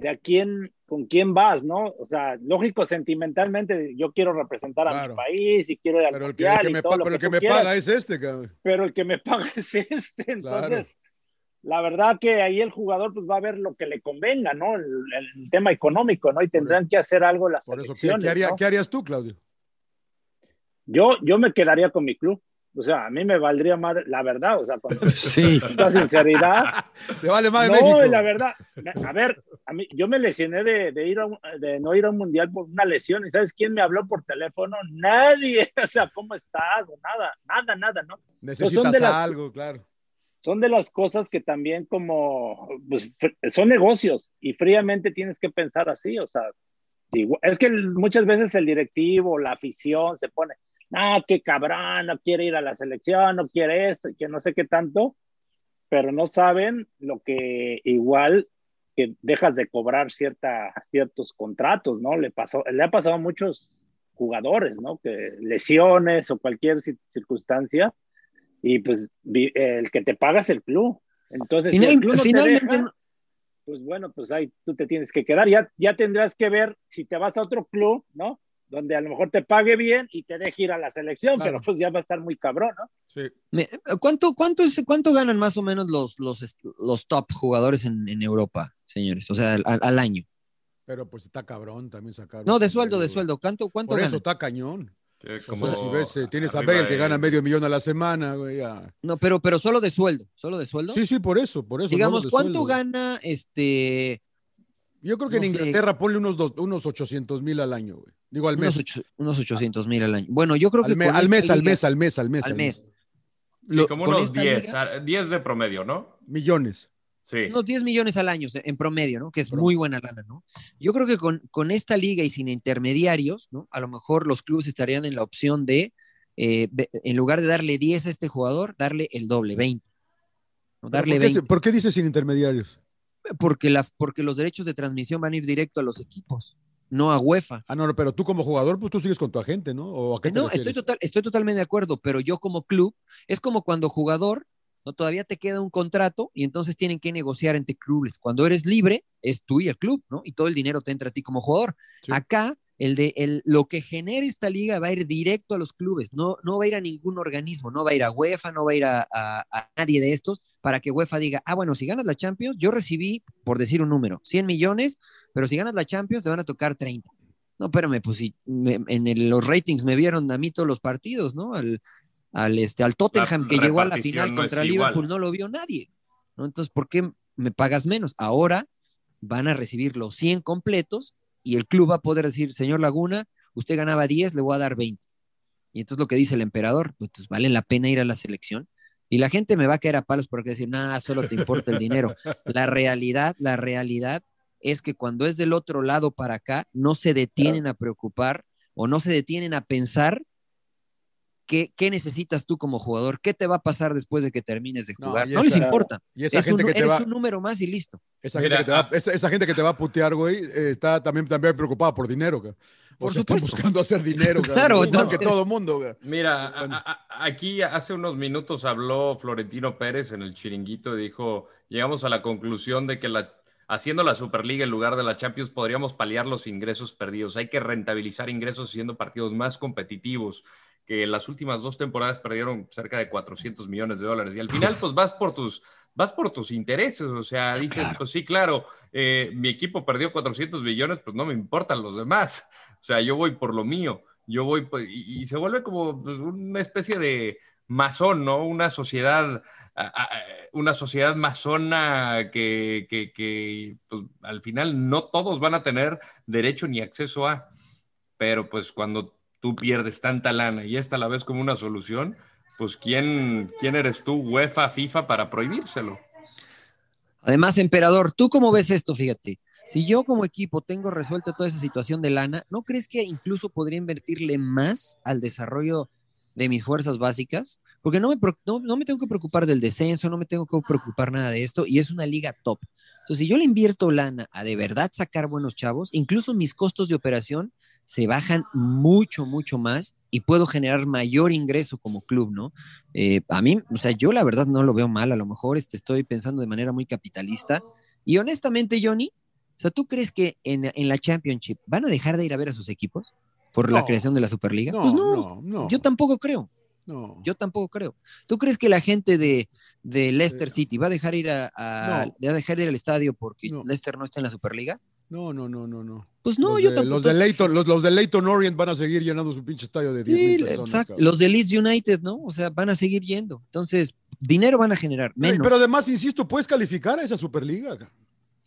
de a quién, con quién vas, ¿no? O sea, lógico, sentimentalmente, yo quiero representar a
Claro.
mi país y quiero ir al
Pero el que, el
mundial
que
y
me,
todo
pa-
lo
pero el
que
que
tú
me
quieras,
paga es este, cabrón.
pero el que me paga es este. Entonces, la verdad que ahí el jugador pues va a ver lo que le convenga, ¿no? El, el tema económico, ¿no? Y tendrán que hacer algo las
e- Por eso, ¿qué,
selecciones,
qué haría-
¿no?
qué harías tú, Claudio?
Yo, yo me quedaría con mi club. O sea, a mí me valdría madre, la verdad, o sea, con
sí.
toda sinceridad.
Te vale más de México.
No, y la verdad, a ver, a mí, yo me lesioné de, de ir a un- de no ir a un mundial por una lesión. ¿Y sabes quién me habló por teléfono? Nadie. O sea, ¿cómo estás? O nada, nada, nada, ¿no?
Necesitas
de las-
algo, claro.
Son de las cosas que también como, pues, fr- son negocios y fríamente tienes que pensar así, o sea, igual- es que el- muchas veces el directivo, la afición se pone, ah, qué cabrón, no quiere ir a la selección, no quiere esto, y que no sé qué tanto, pero no saben lo que igual que dejas de cobrar cierta, ciertos contratos, ¿no? Le pasó, le ha pasado a muchos jugadores, ¿no? Que lesiones o cualquier ci- circunstancia, y pues vi- el que te paga es el club. Entonces, si el
Final-
club no te
finalmente
deja,
no-
pues bueno, pues ahí tú te tienes que quedar. Ya, ya tendrás que ver si te vas a otro club, ¿no? Donde a lo mejor te pague bien y te deje ir a la selección,
Claro.
pero pues ya va a estar muy cabrón, ¿no?
Sí.
Me- ¿Cuánto, cuánto, es, ¿Cuánto ganan más o menos los, los, est- los top jugadores en, en Europa, señores? O sea, al, al año.
Pero pues está cabrón también sacar.
No,
un
de sueldo, de
dinero,
sueldo. ¿Cuánto,
güey.
cuánto
Por eso
ganan?
está cañón.
Que
O
como
sea, si ves, eh, tienes a
arriba
Bale que
de-
gana medio millón a la semana, güey. a-
No, pero, pero solo de sueldo, solo de sueldo.
Sí, sí, por eso, por eso.
Digamos,
hablamos de
¿cuánto
sueldo.
gana este
Yo creo que
No
en
sé.
Inglaterra ponle unos, dos- unos 800 mil al año, güey. Digo, al
Unos,
mes.
ocho- unos 800 mil al año. Bueno, yo creo que
Al, me-
con
al
esta
mes, al
liga-
mes, al mes, al mes,
al mes.
Sí,
Lo-
como
con
unos
esta
10,
liga-
ah, 10 de promedio, ¿no?
Millones.
Sí.
unos 10 millones al año se- en promedio, ¿no? Que es muy buena lana, ¿no? Yo creo que con, con esta liga y sin intermediarios, ¿no? A lo mejor los clubes estarían en la opción de, eh, ve- en lugar de darle 10 a este jugador, darle el doble, 20. ¿no?
¿Pero
Darle
¿Por qué, se-
20.
¿Por qué dice sin intermediarios?
Porque, la, porque los derechos de transmisión van a ir directo a los equipos, no a UEFA.
Ah, no, no, pero tú como jugador, pues tú sigues con tu agente, ¿no? ¿O a qué te
Eh, No,
refieres?
estoy, total, estoy totalmente de acuerdo, pero yo como club, es como cuando jugador, ¿no? todavía te queda un contrato y entonces tienen que negociar entre clubes. Cuando eres libre, es tú y el club, ¿no? Y todo el dinero te entra a ti como jugador.
Sí.
Acá, el de el, lo que genere esta liga va a ir directo a los clubes, no, no va a ir a ningún organismo, no va a ir a UEFA, no va a ir a, a- a nadie de estos para que UEFA diga, ah, bueno, si ganas la Champions, yo recibí, por decir un número, 100 millones, pero si ganas la Champions te van a tocar 30. No, espérame, pues si me- en el- los ratings me vieron a mí todos los partidos, ¿no? Al, al, este, al Tottenham que llegó a la
repartición
final
no es
contra
igual.
Liverpool no lo vio nadie, ¿no? Entonces, ¿por qué me pagas menos? Ahora van a recibir los 100 completos y el club va a poder decir, señor Laguna, usted ganaba 10, le voy a dar 20. Y entonces lo que dice el emperador, pues, pues, vale la pena ir a la selección. Y la gente me va a caer a palos porque decir, nada, solo te importa el dinero. La realidad, la realidad es que cuando es del otro lado para acá, no se detienen a preocupar o no se detienen a pensar qué, qué necesitas tú como jugador, qué te va a pasar después de que termines de
No,
jugar.
y
No, les
esa-
importa.
y esa
Es
gente
un-
que te
eres
va-
un número más y listo.
Esa,
Mira, ah.
gente que te va, esa, esa gente que te va a putear, güey, eh, está también, también preocupada por dinero, güey.
Por
Por supuesto. Están
supuesto.
buscando hacer dinero, güey.
Claro,
Igual
entonces-
que todo mundo, güey.
Mira, a- a- a- aquí hace unos minutos habló Florentino Pérez en el chiringuito y dijo, llegamos a la conclusión de que la, haciendo la Superliga en lugar de la Champions podríamos paliar los ingresos perdidos. Hay que rentabilizar ingresos haciendo partidos más competitivos, que en las últimas dos temporadas perdieron cerca de 400 millones de dólares. Y al final, pues vas por tus... Vas por tus intereses, o sea, dices, pues sí, claro, eh, mi equipo perdió 400 millones, pues no me importan los demás. O sea, yo voy por lo mío, yo voy por- y, y se vuelve como pues, una especie de masón, ¿no? Una sociedad, a- a- a- una sociedad masona que, que- que, pues, al final no todos van a tener derecho ni acceso a, pero pues cuando tú pierdes tanta lana y esta la ves como una solución, pues ¿quién, quién eres tú, UEFA, FIFA, para prohibírselo?
Además, emperador, ¿tú cómo ves esto? Fíjate, si yo como equipo tengo resuelta toda esa situación de lana, ¿no crees que incluso podría invertirle más al desarrollo de mis fuerzas básicas? Porque no me, pro- no, no me tengo que preocupar del descenso, no me tengo que preocupar nada de esto, y es una liga top. Entonces, si yo le invierto lana a de verdad sacar buenos chavos, incluso mis costos de operación se bajan mucho, mucho más y puedo generar mayor ingreso como club, ¿no? Eh, a mí, o sea, yo la verdad no lo veo mal, a lo mejor este, estoy pensando de manera muy capitalista. Y honestamente, Johnny, o sea, ¿tú crees que en, en la Championship van a dejar de ir a ver a sus equipos por la
No.
creación de la Superliga?
No,
Pues no,
no, no.
yo tampoco creo,
no.
yo tampoco creo. ¿Tú crees que la gente de, de Leicester City va a dejar ir a, a-
No.
va a dejar de ir al estadio porque
No.
Leicester no está en la Superliga?
No, no, no, no, no.
Pues no,
los
yo
de,
tampoco.
Los de, Leighton, los, los de Leighton Orient van a seguir llenando su pinche estadio de 10
Sí,
personas.
exacto.
cabrón.
Los de Leeds United, ¿no? O sea, van a seguir yendo. Entonces, dinero van a generar,
No, y-
menos.
Pero además, insisto, puedes calificar a esa Superliga. cabrón.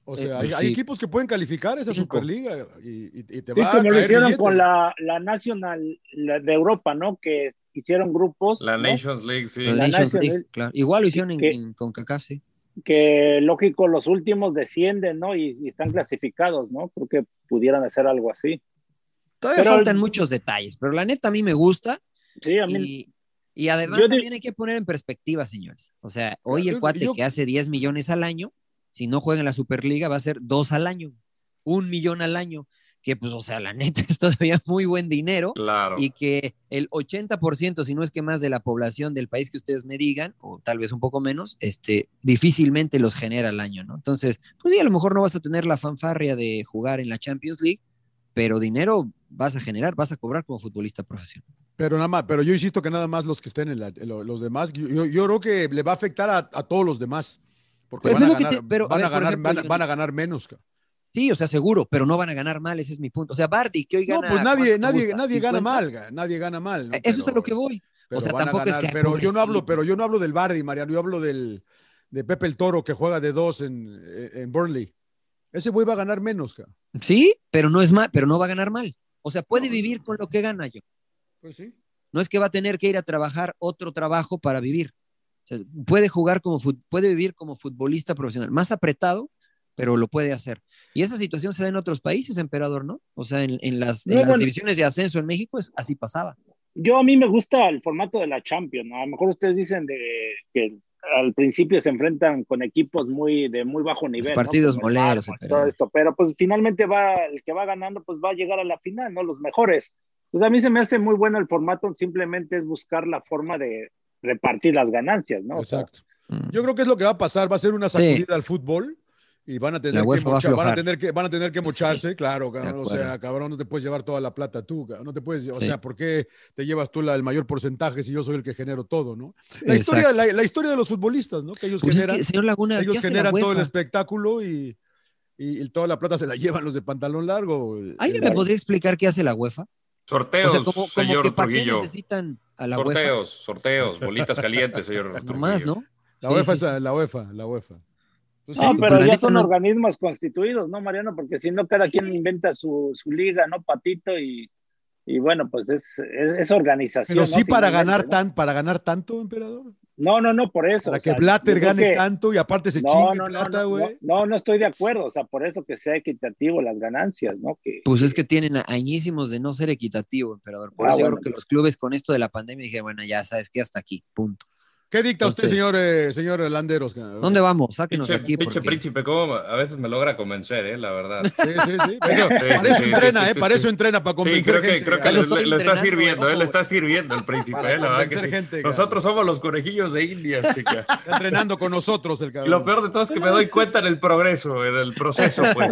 O
Eh,
sea, hay,
pues
hay
sí.
equipos que pueden calificar a esa
Cinco.
Superliga y, y- y te
Sí,
va a
como lo
caer
hicieron
billete.
con la, la Nacional la de Europa, ¿no? Que hicieron grupos.
La
¿no?
Nations League, sí.
La
La
Nations
Nations
League,
League.
claro. Igual lo hicieron en,
Que-
en CONCACAF, sí.
Que lógico, los últimos descienden, ¿no? Y, y están clasificados, ¿no? Creo que pudieran hacer algo así.
Todavía
Pero-
faltan muchos detalles, pero la neta a mí me gusta
Sí, a mí.
y, y además
Yo di-
también hay que poner en perspectiva, señores. O sea, hoy el
Yo-
cuate
yo-
que hace 10 millones al año, si no juega en la Superliga va a ser 2 al año, 1 millón al año, que pues, o sea, la neta es todavía muy buen dinero
Claro.
y que el 80%, si no es que más de la población del país que ustedes me digan, o tal vez un poco menos, este, difícilmente los genera al año, ¿no? Entonces, pues sí, a lo mejor no vas a tener la fanfarria de jugar en la Champions League, pero dinero vas a generar, vas a cobrar como futbolista profesional.
Pero nada más, pero yo insisto que nada más los que estén en la- lo- los demás, yo, yo- yo creo que le va a afectar a, a todos los demás. Porque
Pues
van
es
a
lo que
ganar,
te- pero, a
van a
ver, por
ganar-
ejemplo,
van a-
Johnny.
van a ganar menos. cabrón.
Sí, o sea, seguro, pero no van a ganar mal, ese es mi punto. O sea, Bardi, que hoy
No,
gana...
pues nadie,
¿cuánto te
nadie,
gusta?
nadie gana
50.
mal, ga- nadie gana mal. ¿no?
e, Eso es a
Pero-
lo que voy.
pero
o sea,
van a
tampoco es que...
ganar.
ay,
Pero yo no hablo,
pobrecito.
pero yo no hablo del Bardi, Mariano, yo hablo del de Pepe el Toro que juega de dos eh, en, en Burnley. Ese güey va a ganar menos, cara.
Sí, pero no es mal, pero no va a ganar mal. O sea, puede vivir con lo que gana yo.
Pues sí.
No es que va a tener que ir a trabajar otro trabajo para vivir. O sea, puede jugar como fut- puede vivir como futbolista profesional, más apretado, pero lo puede hacer. Y esa situación se da en otros países, emperador, ¿no? O sea, en, en las, en
No,
las
bueno.
divisiones de ascenso en México es, así pasaba.
Yo a mí me gusta el formato de la Champions, ¿no? A lo mejor ustedes dicen de que al principio se enfrentan con equipos muy de muy bajo nivel,
Los
¿no?
partidos
Como el
moleros,
Barça y todo
emperador.
esto, pero pues finalmente va el que va ganando pues va a llegar a la final, ¿no? Los mejores. Pues a mí se me hace muy bueno el formato, simplemente es buscar la forma de repartir las ganancias, ¿no? O sea,
Exacto. Yo creo que es lo que va a pasar. Va a ser una sacudida al fútbol y van a tener, que,
UEFA va a
mochar- van a
aflojar.
tener, que, van a tener que mocharse, claro. Cabrón, o
acuerdo.
sea, cabrón, no te puedes llevar toda la plata tú. cabrón, No te puedes, o
Sí.
sea, ¿por qué te llevas tú la- el mayor porcentaje si yo soy el que genero todo, no? La historia,
Exacto.
la, la historia de los futbolistas, ¿no? Que ellos
Pues es
generan,
que, señor Laguna,
ellos
¿qué hace la
generan todo el
UEFA?
espectáculo y, y- y toda la plata se la llevan los de pantalón largo.
¿Alguien me podría explicar qué hace la UEFA?
Sorteos,
O sea, como- como
señor
que, ¿para qué
Trujillo.
necesitan a la UEFA?
sorteos, sorteos, bolitas calientes, señor Trujillo.
Nomás, ¿no?
La
Sí, sí,
UEFA, es la, la UEFA, la UEFA. Pues
No,
sí,
pero
la
ya
neta
son
no.
organismos constituidos, ¿no, Mariano? Porque si no, cada quien inventa su, su liga, ¿no, Patito? Y, y bueno, pues es, es, es organización.
Pero
¿no?
sí para
Finalmente,
ganar
¿no?
tan, para ganar tanto, emperador.
No, no, no, por eso.
Para
o
que
sea,
Blatter
yo creo
gane
que-
tanto y aparte se
No,
chingue
no, no,
plata,
no,
güey.
no, no estoy de acuerdo, o sea, por eso que sea equitativo las ganancias, ¿no? Que,
Pues es que tienen a- añísimos de no ser equitativo, emperador. Por
Ah,
eso yo
bueno.
creo que los clubes con esto de la pandemia dije, bueno, ya sabes que hasta aquí, punto.
¿Qué dicta usted,
Entonces-
señor, eh, señor Landeros?
¿Dónde vamos? Sáquenos de
Pinche,
aquí.
pinche
porque-
príncipe, cómo a veces me logra convencer, eh, la verdad.
Sí, sí, sí. Bueno,
Sí, sí,
para eso
sí,
entrena,
sí,
¿eh?
sí,
Para
sí.
eso entrena, para
Sí,
convencer
creo que,
gente.
creo que
Ahí
le,
lo estoy
le- le está
entrenando,
sirviendo,
ojo,
eh, le está
güey.
sirviendo el príncipe,
Para
eh, la verdad que
convencer
sí.
gente, cabrón.
Nosotros somos los conejillos de India, chica.
Está entrenando con nosotros el
Y
cabrón.
lo peor de todo es que me doy cuenta en el progreso, en el proceso, pues.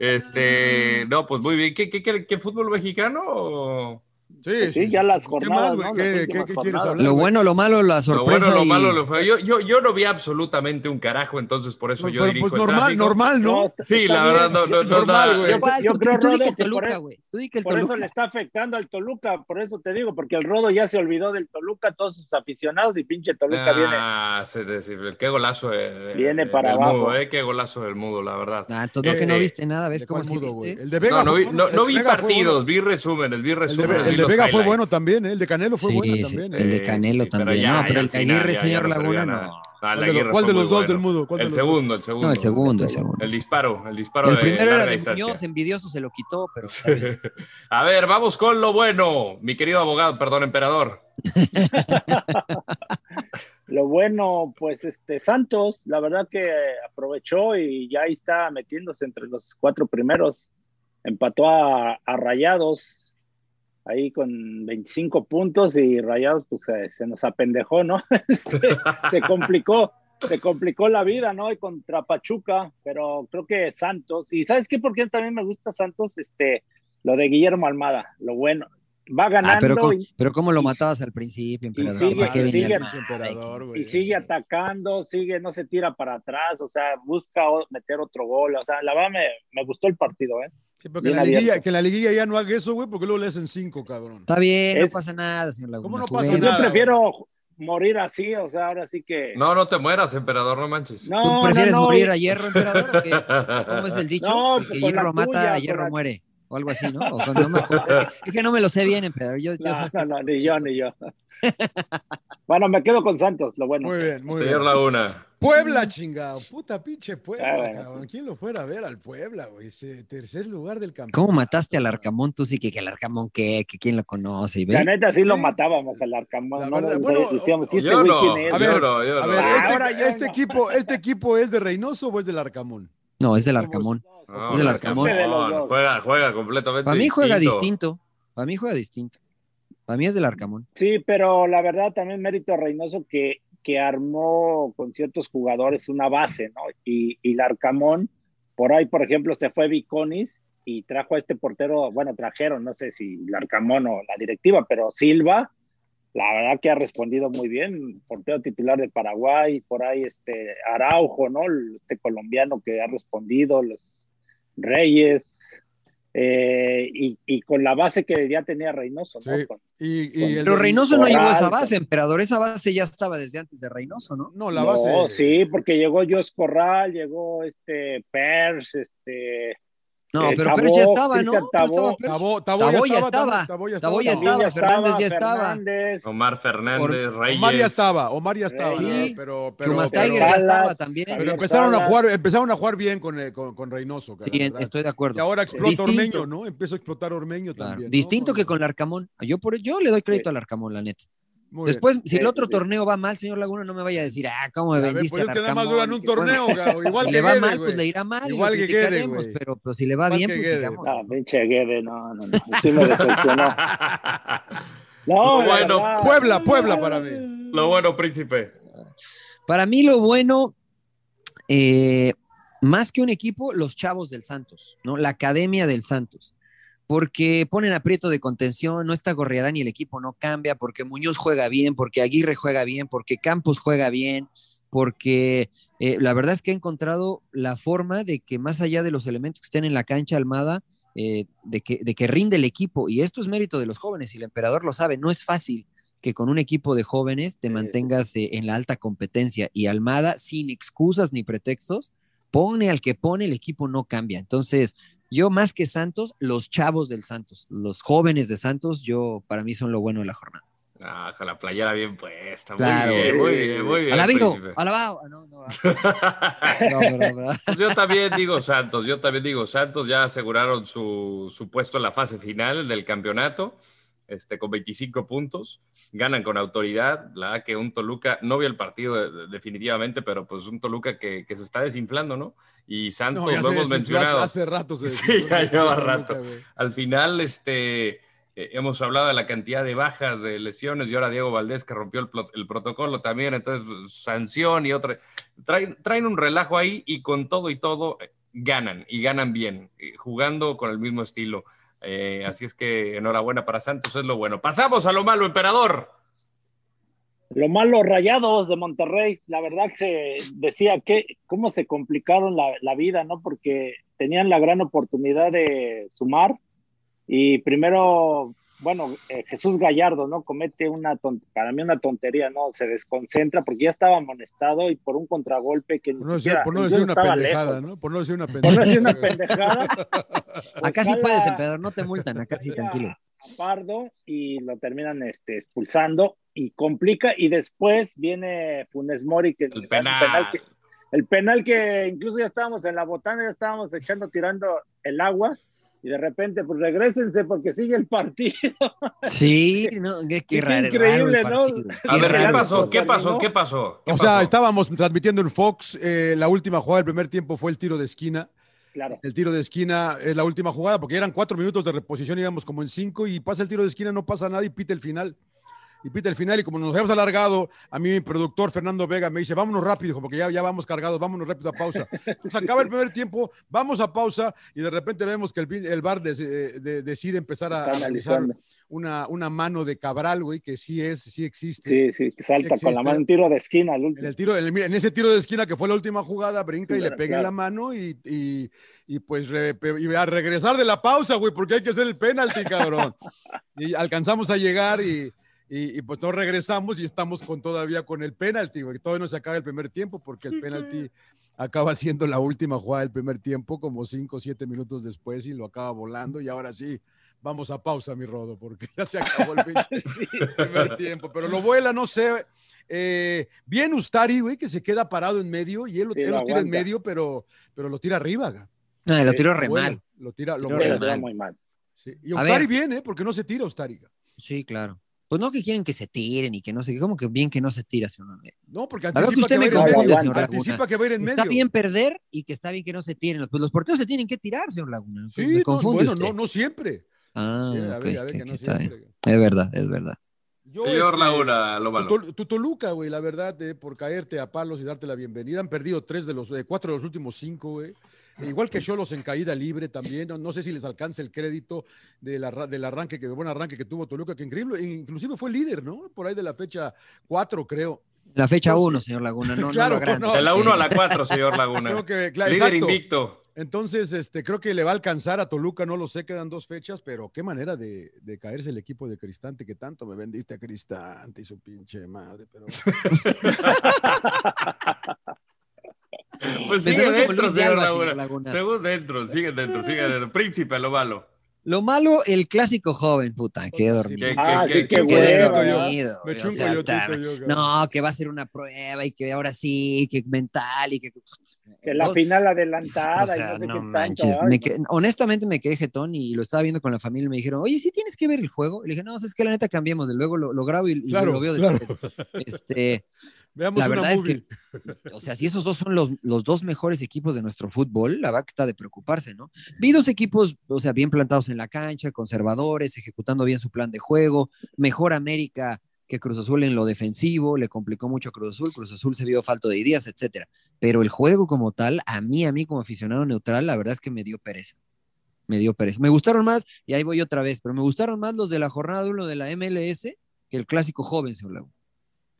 Este, no, pues muy bien. ¿Qué, qué, qué, qué fútbol mexicano? o?
Sí,
Pues sí, ya las
¿Qué más, güey?
jornadas, ¿no? Las
¿Qué,
últimas
qué- qué quieres
jornadas.
hablar?
Lo
güey?
bueno, lo malo, la
Lo
sorpresa.
bueno, lo
y-
malo, lo feo. Yo, yo, yo no vi absolutamente un carajo, entonces por eso
Pues,
yo
pues,
dirijo el
normal,
tráfico.
normal, ¿no?
está-
Sí,
está
la
bien.
verdad, no, no, no
Normal,
da-
güey.
¿Cuál?
Yo
Tú- tú
creo,
di
Rodo,
que el
que por
Toluca,
eso-
güey. Tú di que el
Por eso
Toluca.
le está afectando al Toluca, por eso te digo, porque el Rodo ya se olvidó del Toluca, todos sus aficionados y pinche Toluca viene.
Ah, se desinfla. Qué golazo de- de-
Viene para
del
abajo.
mudo, eh, qué golazo del mudo, la verdad.
Ah, entonces no que
Este,
no viste nada, ¿ves
¿De
cómo
cuál
sí
mudo,
viste?
güey? El de Vega.
No, no
fue
vi,
bueno.
no, no
El
vi
de Vega fue
partidos,
bueno.
vi resúmenes, vi
El de,
resúmenes.
el
vi
de
los
Vega fue
highlights.
bueno también, ¿eh? El de Canelo fue
Sí,
bueno
sí,
también.
el
¿eh?
de
Sí,
Canelo
pero
también.
ya-
No, pero el
ya al final,
Aguirre,
ya- ya
señor
no servía
Laguna,
nada.
no.
Ah, el
¿Cuál de
Aguirre
los- cuál
fue
de
muy
los dos del
bueno.
mudo? ¿Cuál de
El
los dos?
segundo, el segundo.
No, el segundo, el segundo.
El disparo, el disparo
El
de
primero era
larga
de
distancia.
Muñoz, envidioso se lo quitó, pero
A ver, vamos con lo bueno, mi querido abogado, perdón, emperador.
Lo bueno, pues este Santos, la verdad que aprovechó y ya ahí está metiéndose entre los cuatro primeros. Empató a, a Rayados ahí con 25 puntos y Rayados pues eh, se nos apendejó, ¿no? Este, se complicó, se complicó la vida, ¿no? Y contra Pachuca, pero creo que Santos, y ¿sabes qué? Porque también me gusta Santos, este, lo de Guillermo Almada, lo bueno. Va ganando
Ah, pero, ¿cómo,
y-
pero cómo lo
y-
matabas al principio, emperador.
sigue-
¿Para qué venía
sigue-
el mal?
emperador, güey.
y sigue atacando, sigue, no se tira para atrás, o sea, busca o- meter otro gol, o sea, la verdad me, me gustó el partido, ¿eh?
Sí, pero que en
Bien
la liguilla,
abierto.
que en la liguilla ya no haga eso, güey, porque luego le hacen cinco, cabrón.
Está bien,
Es-
no pasa nada, señor Laguna.
¿Cómo no
juguemos.
pasa
Yo
nada,
prefiero morir así, o sea, ahora sí que...
No, no te mueras, emperador, no manches.
no,
¿Tú prefieres
no, no,
morir
y-
a hierro, emperador? o qué? ¿Cómo es el dicho?
No,
El que
con la
hierro mata,
tuya, con
hierro
la-
muere. O algo así, ¿no? O sea, no me acuerdo. Es que no me lo sé bien, emperador. Yo, yo
No,
sabes
no,
que-
no, ni yo, ni yo. bueno, me quedo con Santos, lo bueno.
Muy bien, muy
Señor
bien.
Laguna.
Puebla, chingado. Puta pinche Puebla,
Ah, bueno.
cabrón. ¿Quién lo fuera a ver al Puebla, güey? Ese tercer lugar del campeonato.
¿Cómo mataste al Arcamón? Tú sí que, que el Arcamón qué, que quién lo conoce. Y ve.
La neta sí lo
Sí.
matábamos al Arcamón,
La
¿no?
verdad,
Le
bueno,
decíamos, "Sí, este
Yo
güey
no,
quién es?".
A
yo
ver,
no, yo
A
no.
ver,
Ah,
este,
ahora ya
este
no.
equipo, ¿este equipo es de Reynoso o es del Arcamón?
No, es del Arcamón.
No,
Es del
no,
Arcamón.
no, no, Juega, juega completamente
Para mí juega distinto. Para mí juega distinto. Para mí es del Arcamón.
Sí, pero la verdad también mérito a Reynoso que, que armó con ciertos jugadores una base, ¿no? Y, y Larcamón, por ahí, por ejemplo, se fue Viconis y trajo a este portero, bueno, trajeron, no sé si Larcamón o la directiva, pero Silva, la verdad que ha respondido muy bien, portero titular de Paraguay, por ahí este Araujo, ¿no? Este colombiano que ha respondido, los Reyes, Eh, y, y, con la base que ya tenía Reynoso. ¿no? Sí. Con,
y, y con, pero Reynoso no llegó a esa base, emperador, esa base ya estaba desde antes de Reynoso, ¿no?
No, la base. No,
sí, porque llegó Jos Corral, llegó este Pers, este.
No, eh, pero Tabó, Pers ya estaba, ¿no?
Tabó,
Tabó, Tabó, ya estaba. Tabó ya estaba, ya estaba Fernández ya estaba. Fernández,
Omar Fernández, Or, Reyes.
Omar ya estaba, Omar ya estaba. Sí. Pero, pero,
pero, pero ya estaba también.
Pero empezaron a jugar, empezaron a jugar bien con, eh, con, con Reynoso. Cara,
sí, estoy de acuerdo.
Y ahora explota Distinto. Ormeño, ¿no? Empieza a explotar Ormeño claro. también. ¿no?
Distinto que con el Arcamón. Yo, por, yo le doy crédito sí. al Arcamón, la neta. Muy Después, bien. si el otro torneo va mal, señor Laguna, no me vaya a decir, ah, ¿cómo me vendiste?
Pues es que nada más duran un torneo, bueno, Igual
si
que
le va
quede,
mal,
wey.
pues le irá mal. Igual que quede, güey. Pero, pero, si le va Igual bien, pues digamos.
No, Ah, pinche Guede, no, no, no. Sí me decepcionó.
no, lo bueno. Puebla, Puebla para mí.
Lo bueno, príncipe.
Para mí, lo bueno, eh, más que un equipo, los chavos del Santos, ¿no? La academia del Santos porque ponen aprieto de contención, no está Gorriarán y el equipo no cambia, porque Muñoz juega bien, porque Aguirre juega bien, porque Campos juega bien, porque eh, la verdad es que he encontrado la forma de que más allá de los elementos que estén en la cancha Almada, eh, de, que, de que rinde el equipo, y esto es mérito de los jóvenes, y el emperador lo sabe, no es fácil que con un equipo de jóvenes te mantengas eh, en la alta competencia, y Almada, sin excusas ni pretextos, pone al que pone, el equipo no cambia. Entonces, yo más que Santos, los chavos del Santos, los jóvenes de Santos, yo para mí son lo bueno de la jornada.
Ah, con la playera bien puesta. Claro. Muy bien, muy bien, muy bien.
Alabino, alabado. No, no,
no, pues yo también digo Santos, yo también digo Santos, ya aseguraron su, su puesto en la fase final del campeonato. Este, con 25 puntos, ganan con autoridad, la que un Toluca, no vio el partido de, de, definitivamente, pero pues un Toluca que, que, se está desinflando, ¿no? Y Santos no, lo hemos mencionado.
Hace rato se
Sí, ya lleva rato. Toluca, Al final, este, eh, hemos hablado de la cantidad de bajas, de lesiones, y ahora Diego Valdés que rompió el, el protocolo también, entonces sanción y otra. Traen, traen, un relajo ahí y con todo y todo eh, ganan, y ganan bien, eh, jugando con el mismo estilo. Eh, así es que enhorabuena para Santos, es lo bueno. Pasamos a lo malo, emperador.
Lo malo, rayados de Monterrey, la verdad que se decía que cómo se complicaron la, la vida, ¿no? Porque tenían la gran oportunidad de sumar y primero, bueno, eh, Jesús Gallardo, ¿no? Comete una, para mí una tontería, ¿no? Se desconcentra porque ya estaba amonestado y por un contragolpe que
por no, decir, por no decir una pendejada, lejos. ¿no? Por no decir una pendejada.
Por no decir una pendejada.
Pues acá sí puedes, emperador, no te multan, acá sí, tranquilo.
A Pardo y lo terminan este, expulsando y complica. Y después viene Funes Mori, que
el penal. penal
que, el penal que incluso ya estábamos en la botana, ya estábamos echando, tirando el agua y de repente, pues regresense porque sigue el partido.
Sí, no, qué, qué raro, increíble, raro
¿no? A ver, ¿qué pasó? ¿Qué pasó? ¿Qué pasó? ¿Qué
o
pasó?
sea, estábamos transmitiendo en Fox, eh, la última jugada del primer tiempo fue el tiro de esquina.
Claro.
El tiro de esquina es la última jugada porque eran cuatro minutos de reposición, íbamos como en cinco y pasa el tiro de esquina, no pasa nada y pita el final y pita el final. Y como nos habíamos alargado, a mí mi productor Fernando Vega me dice, vámonos rápido, porque ya, ya vamos cargados, vámonos rápido a pausa. Nos acaba el primer tiempo, vamos a pausa y de repente vemos que el, el bar des, de, de, decide empezar a analizar una, una mano de Cabral, güey, que sí es, sí existe.
Sí, sí, que salta existe. con la mano, un tiro de esquina.
El en, el tiro, en, el, en, ese tiro de esquina que fue la última jugada, brinca sí, y claro, le pega claro. la mano y, y, y pues re, y a regresar de la pausa, güey, porque hay que hacer el penalti, cabrón. y alcanzamos a llegar y... Y, y, pues no regresamos y estamos con todavía con el penalti, güey. Todavía no se acaba el primer tiempo porque el penalti acaba siendo la última jugada del primer tiempo, como cinco o siete minutos después y lo acaba volando y ahora sí. Vamos a pausa, mi Rodo, porque ya se acabó el pinche sí. primer tiempo. Pero lo vuela, no sé. Eh, bien Ustari, güey, que se queda parado en medio y él lo, sí, él lo tira en medio, pero, pero lo tira arriba. Güey.
No, lo tiró re
lo
mal.
Lo tira,
lo, tira mal. muy mal.
Sí. Y Ustari bien, ¿eh? Porque no se tira Ustari. Güey.
Sí, claro pues no que quieren que se tiren y que no sé, como que bien que no se tira, señor.
No, porque anticipa, que, usted que, va me confunde, señor anticipa que va a ir en medio.
Está bien perder y que está bien que no se tiren. Pues los porteros se tienen que tirar, señor Laguna. pues,
Sí, me confunde no, bueno, usted. no, no siempre.
Ah, sí, a okay, ver, a ver, okay, que no siempre. Es verdad, es verdad.
Yo, señor este, Laguna, lo malo.
Tu, tu, Toluca, güey, la verdad, eh, por caerte a palos y darte la bienvenida. Han perdido tres de los, eh, cuatro de los últimos cinco, güey. Eh, Igual que yo los en caída libre también, no, no sé si les alcanza el crédito de la, del arranque, que, del buen arranque que tuvo Toluca, que increíble, e inclusive fue líder, ¿no? Por ahí de la fecha 4, creo.
La fecha 1, señor Laguna, no,
claro,
no
De la 1 a la 4, señor Laguna.
Creo este, que, claro,
líder exacto. invicto.
Entonces, este, creo que le va a alcanzar a Toluca, no lo sé, quedan dos fechas, pero qué manera de, de caerse el equipo de Cristante, que tanto me vendiste a Cristante y su pinche madre, pero.
pues sigue dentro, señor Laguna. Laguna. Según dentro, sigue dentro,
Ah.
sigue dentro. Príncipe, lo malo.
Lo malo, el clásico joven,
Pues
puta, quedé dormido.
Ah, sí, qué dormido.
Me o sea, está, no, que va a ser una prueba y que ahora sí, que mental y que...
Que la final adelantada o sea, y no sé no qué manches, tanto,
me que, honestamente me quedé jetón y lo estaba viendo con la familia y me dijeron, oye, ¿sí tienes que ver el juego? Y le dije, no, es que la neta cambiemos, de luego lo, lo grabo y,
claro,
y, lo veo
claro.
después. Este,
Veamos
la verdad
una
es
movie.
que, o sea, si esos dos son los, los dos mejores equipos de nuestro fútbol, la verdad que está de preocuparse, ¿no? Vi dos equipos, o sea, bien plantados en la cancha, conservadores, ejecutando bien su plan de juego, mejor América que Cruz Azul en lo defensivo, le complicó mucho a Cruz Azul, Cruz Azul se vio falto de ideas, etcétera. Pero el juego como tal, a mí, a mí como aficionado neutral, la verdad es que me dio pereza. Me dio pereza. Me gustaron más, y ahí voy otra vez, pero me gustaron más los de la jornada 1 de la MLS que el clásico joven, señor Lago.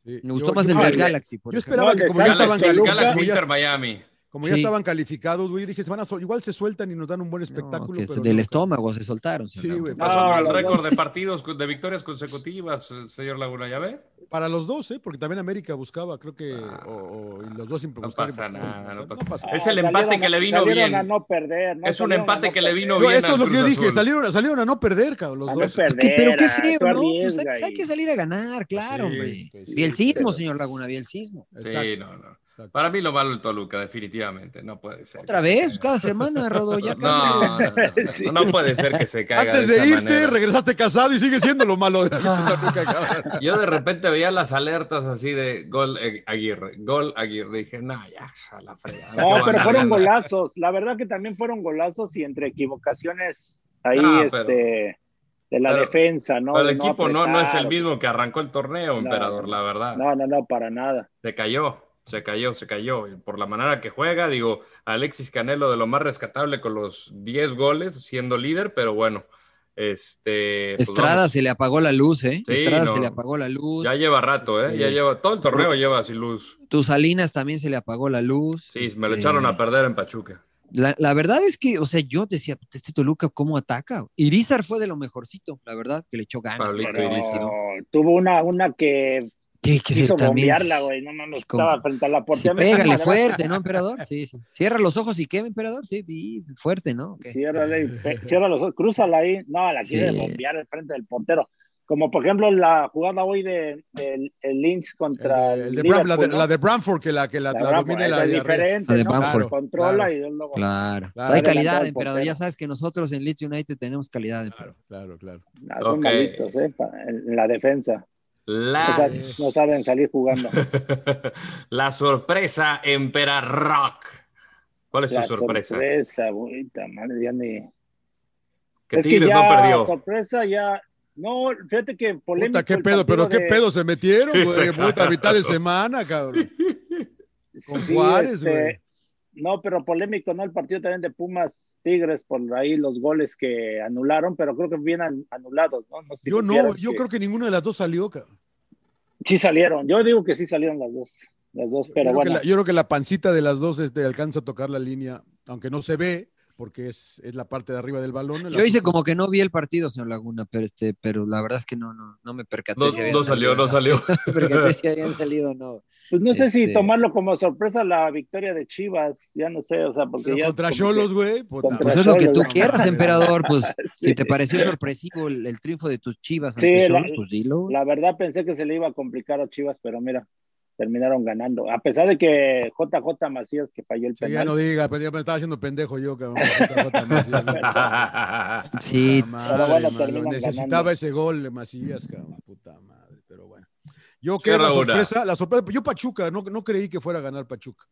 Sí.
Me gustó más el del Galaxy, por
Yo
ejemplo.
esperaba
No,
que
que
como ya
salga
estaban
el
calificados,
Toluca.
Galaxy
como ya-
Inter Miami.
como ya
Sí.
estaban calificados, güey, dije, se van a sol- igual se sueltan y nos dan un buen espectáculo.
No, que
pero
del
no.
estómago se soltaron. señor
Sí,
Lago.
güey.
Pasó con el
los
récord
dos.
de partidos, de victorias consecutivas, eh, señor Laguna, ¿ya ve?
Para los dos, ¿eh? Porque también América buscaba, creo que. o, o- y los dos
No
impulsaron.
pasa nada. no pasa-
Ah,
Es el
salieron
empate
a-
que le vino
salieron
bien.
a no perder, ¿no?
Es un
Salieron a
empate
no
que le
perder.
vino bien.
Yo, eso es
al
lo que yo
Cruz
dije,
Azul.
salieron, salieron a no perder, cabrón, los
A no
dos.
perder.
pues, ¿Qué- pero qué
ah,
feo,
tú
¿no? Pues hay,
arriesga
hay que
y-
salir a ganar, claro,
Sí,
hombre.
pues sí,
y el sismo,
pero-
señor Laguna, vi el sismo.
Sí,
Exacto,
no, no.
exacto.
Para mí lo malo el Toluca, definitivamente. No puede ser.
Otra vez, cada semana, Rodo, ya
No, pues, no,
cámbiale.
no, no, no, no puede ser que se caiga.
Antes
esa
de irte,
manera.
regresaste casado y sigue siendo lo malo de la Toluca, cabrón.
Yo de repente veía las alertas así de gol eh, Aguirre, gol Aguirre. Dije, no, ya, a la fregada.
No,
van
pero
a
fueron
ganar".
golazos. La verdad que también fueron golazos y entre equivocaciones ahí,
Ah, pero-
este, de la
pero-
defensa, ¿no?
Pero el
De no
equipo no, no es el
apretar.
mismo que arrancó el torneo,
No,
emperador, la verdad.
No, no, no, para nada.
Se cayó, se cayó, se cayó. Y por la manera que juega, digo, Alexis Canelo de lo más rescatable con los 10 goles, siendo líder, pero bueno, este. pues
Estrada
vamos.
se le apagó la luz, ¿eh?
Sí,
Estrada
no.
se le apagó la luz.
Ya lleva rato, ¿eh?
Sí.
Ya lleva, todo el torneo lleva sin luz.
Tus Salinas también se le apagó la luz.
Sí, me lo
Este,
echaron a perder en Pachuca.
La, la verdad es que, o sea, yo decía, este Toluca, ¿cómo ataca? Irizar fue de lo mejorcito, la verdad, que le echó ganas.
Pablito
pero-
Irizar.
Pero tuvo una, una que
Sí, que se
quiso
también-
bombearla, güey. No mames,
es como-
estaba frente a la
Sí,
portería.
pégale fuerte, ¿no, emperador? Sí, sí. Cierra los ojos y qué, emperador? Sí, y fuerte, ¿no? Ok.
Cierra, cierra los ojos, crúzala ahí. No, la quiere
Sí.
bombear al frente del portero. Como por ejemplo la jugada hoy de, del- el Lynx contra
El de-
el,
el de Bram-
Liverpool,
la, de,
¿no?
la de Bramford, que la, que la,
La
la
Bram-
domina y
esa
la
pues, es
de arriba.
diferente,
La de
¿no?
Bamford.
Controla
Claro,
y
Claro.
luego.
Claro.
Hay
Adelantado
calidad,
el
emperador.
portero.
Ya sabes que nosotros en Leeds United tenemos calidad,
Claro,
emperador.
claro, claro.
Ah, son
Ok.
malitos, ¿eh? Pa- En la defensa. O sea,
La,
no saben salir jugando.
la sorpresa, Empera Rock. ¿Cuál es tu
La
sorpresa?
sorpresa, güey, ta madre, ya ni-
Que
Es que
Tigres
ya,
no perdió.
sorpresa, ya. No, fíjate que polémico.
Puta, qué
el
pedo, pero
partido
qué
de-
pedo se metieron,
Sí,
güey.
exacto.
Puta, mitad de semana, cabrón. Con
Sí,
Juárez,
este,
güey.
No, pero polémico, ¿no? El partido también de Pumas Tigres, por ahí los goles que anularon, pero creo que bien an- anulados, ¿no? no sé si
Yo no,
supieras
yo
que
creo que ninguna de las dos salió, cabrón.
Sí salieron, yo digo que sí salieron las dos, las dos,
yo,
pero
creo que la,
bueno.
yo creo que la pancita de las dos este, alcanza a tocar la línea, aunque no se ve, porque es, es la parte de arriba del balón.
Yo hice como que no vi el partido, señor Laguna, pero, este, pero la verdad es que no, no, no me percaté.
No,
si habían
no salió, no
salido,
salió.
No me percaté si habían salido o no.
Pues no sé si
este-
tomarlo como sorpresa la victoria de Chivas, ya no sé, o sea, porque
Pero
ya...
contra
como
Cholos,
que-
güey. puta.
contra
Pues es lo que tú
Solo, ¿no?
quieras, emperador. Pues
Sí.
si te pareció sorpresivo el, el triunfo de tus chivas
Sí,
ante
la-
Cholos, pues dilo.
La verdad pensé que se le iba a complicar a Chivas, pero mira, terminaron ganando. A pesar de que JJ Macías que falló el
Sí, ya
penal.
no diga, pues, ya me estaba haciendo pendejo yo, cabrón. Puta, puta, Macías, güey.
Sí,
Puta
Pero bueno,
madre, mano.
terminan
Necesitaba
ganando.
ese gol de Macías, cabrón. Puta madre, pero bueno. Yo
Sí,
que la
Raúl.
sorpresa, la sorpresa, yo Pachuca, no, no creí que fuera a ganar Pachuca.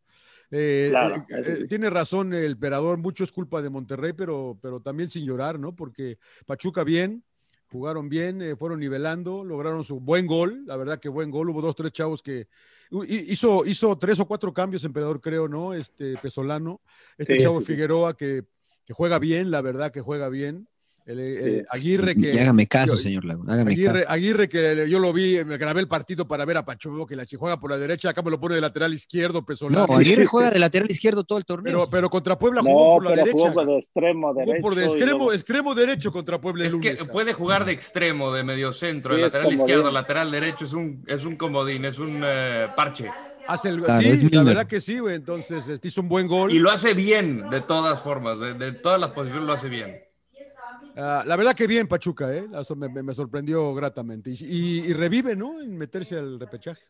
Eh,
Claro,
eh,
eso
eh,
sí.
tiene razón el emperador, mucho es culpa de Monterrey, pero, pero también sin llorar, ¿no? Porque Pachuca bien, jugaron bien, eh, fueron nivelando, lograron su buen gol, la verdad que buen gol, hubo dos, tres chavos que u- hi- hizo, hizo tres o cuatro cambios, emperador, creo, ¿no? Este Pesolano, este
Sí,
chavo
sí, sí.
Figueroa que, que juega bien, la verdad que juega bien. El, el Aguirre que.
Y hágame caso, yo, señor Laguna. Hágame
Aguirre,
caso.
Aguirre que yo lo vi, me grabé el partido para ver a Pachuco, que la chijuega por la derecha, acá me lo pone de lateral izquierdo,
No, Aguirre juega de lateral izquierdo todo el torneo.
Pero, pero contra Puebla jugó
No,
por la
pero
derecha.
jugó por el extremo
Jugó
derecho
por de
y
extremo,
luego-
extremo derecho contra Puebla el
Es que
lunes. cabrón.
puede jugar de extremo, de medio centro,
Sí,
de
es
lateral izquierdo,
comodín.
lateral derecho, es un, es un comodín, es un eh, parche.
Hace el-
Claro, es
sí, la
Milner.
verdad que sí, güey. Entonces, este, hizo un buen gol.
Y lo hace bien, de todas formas, de, de todas las posiciones lo hace bien.
Ah, la verdad que bien, Pachuca, ¿eh? La so- me, me- me sorprendió gratamente. Y, y- y revive, ¿no? En meterse al repechaje.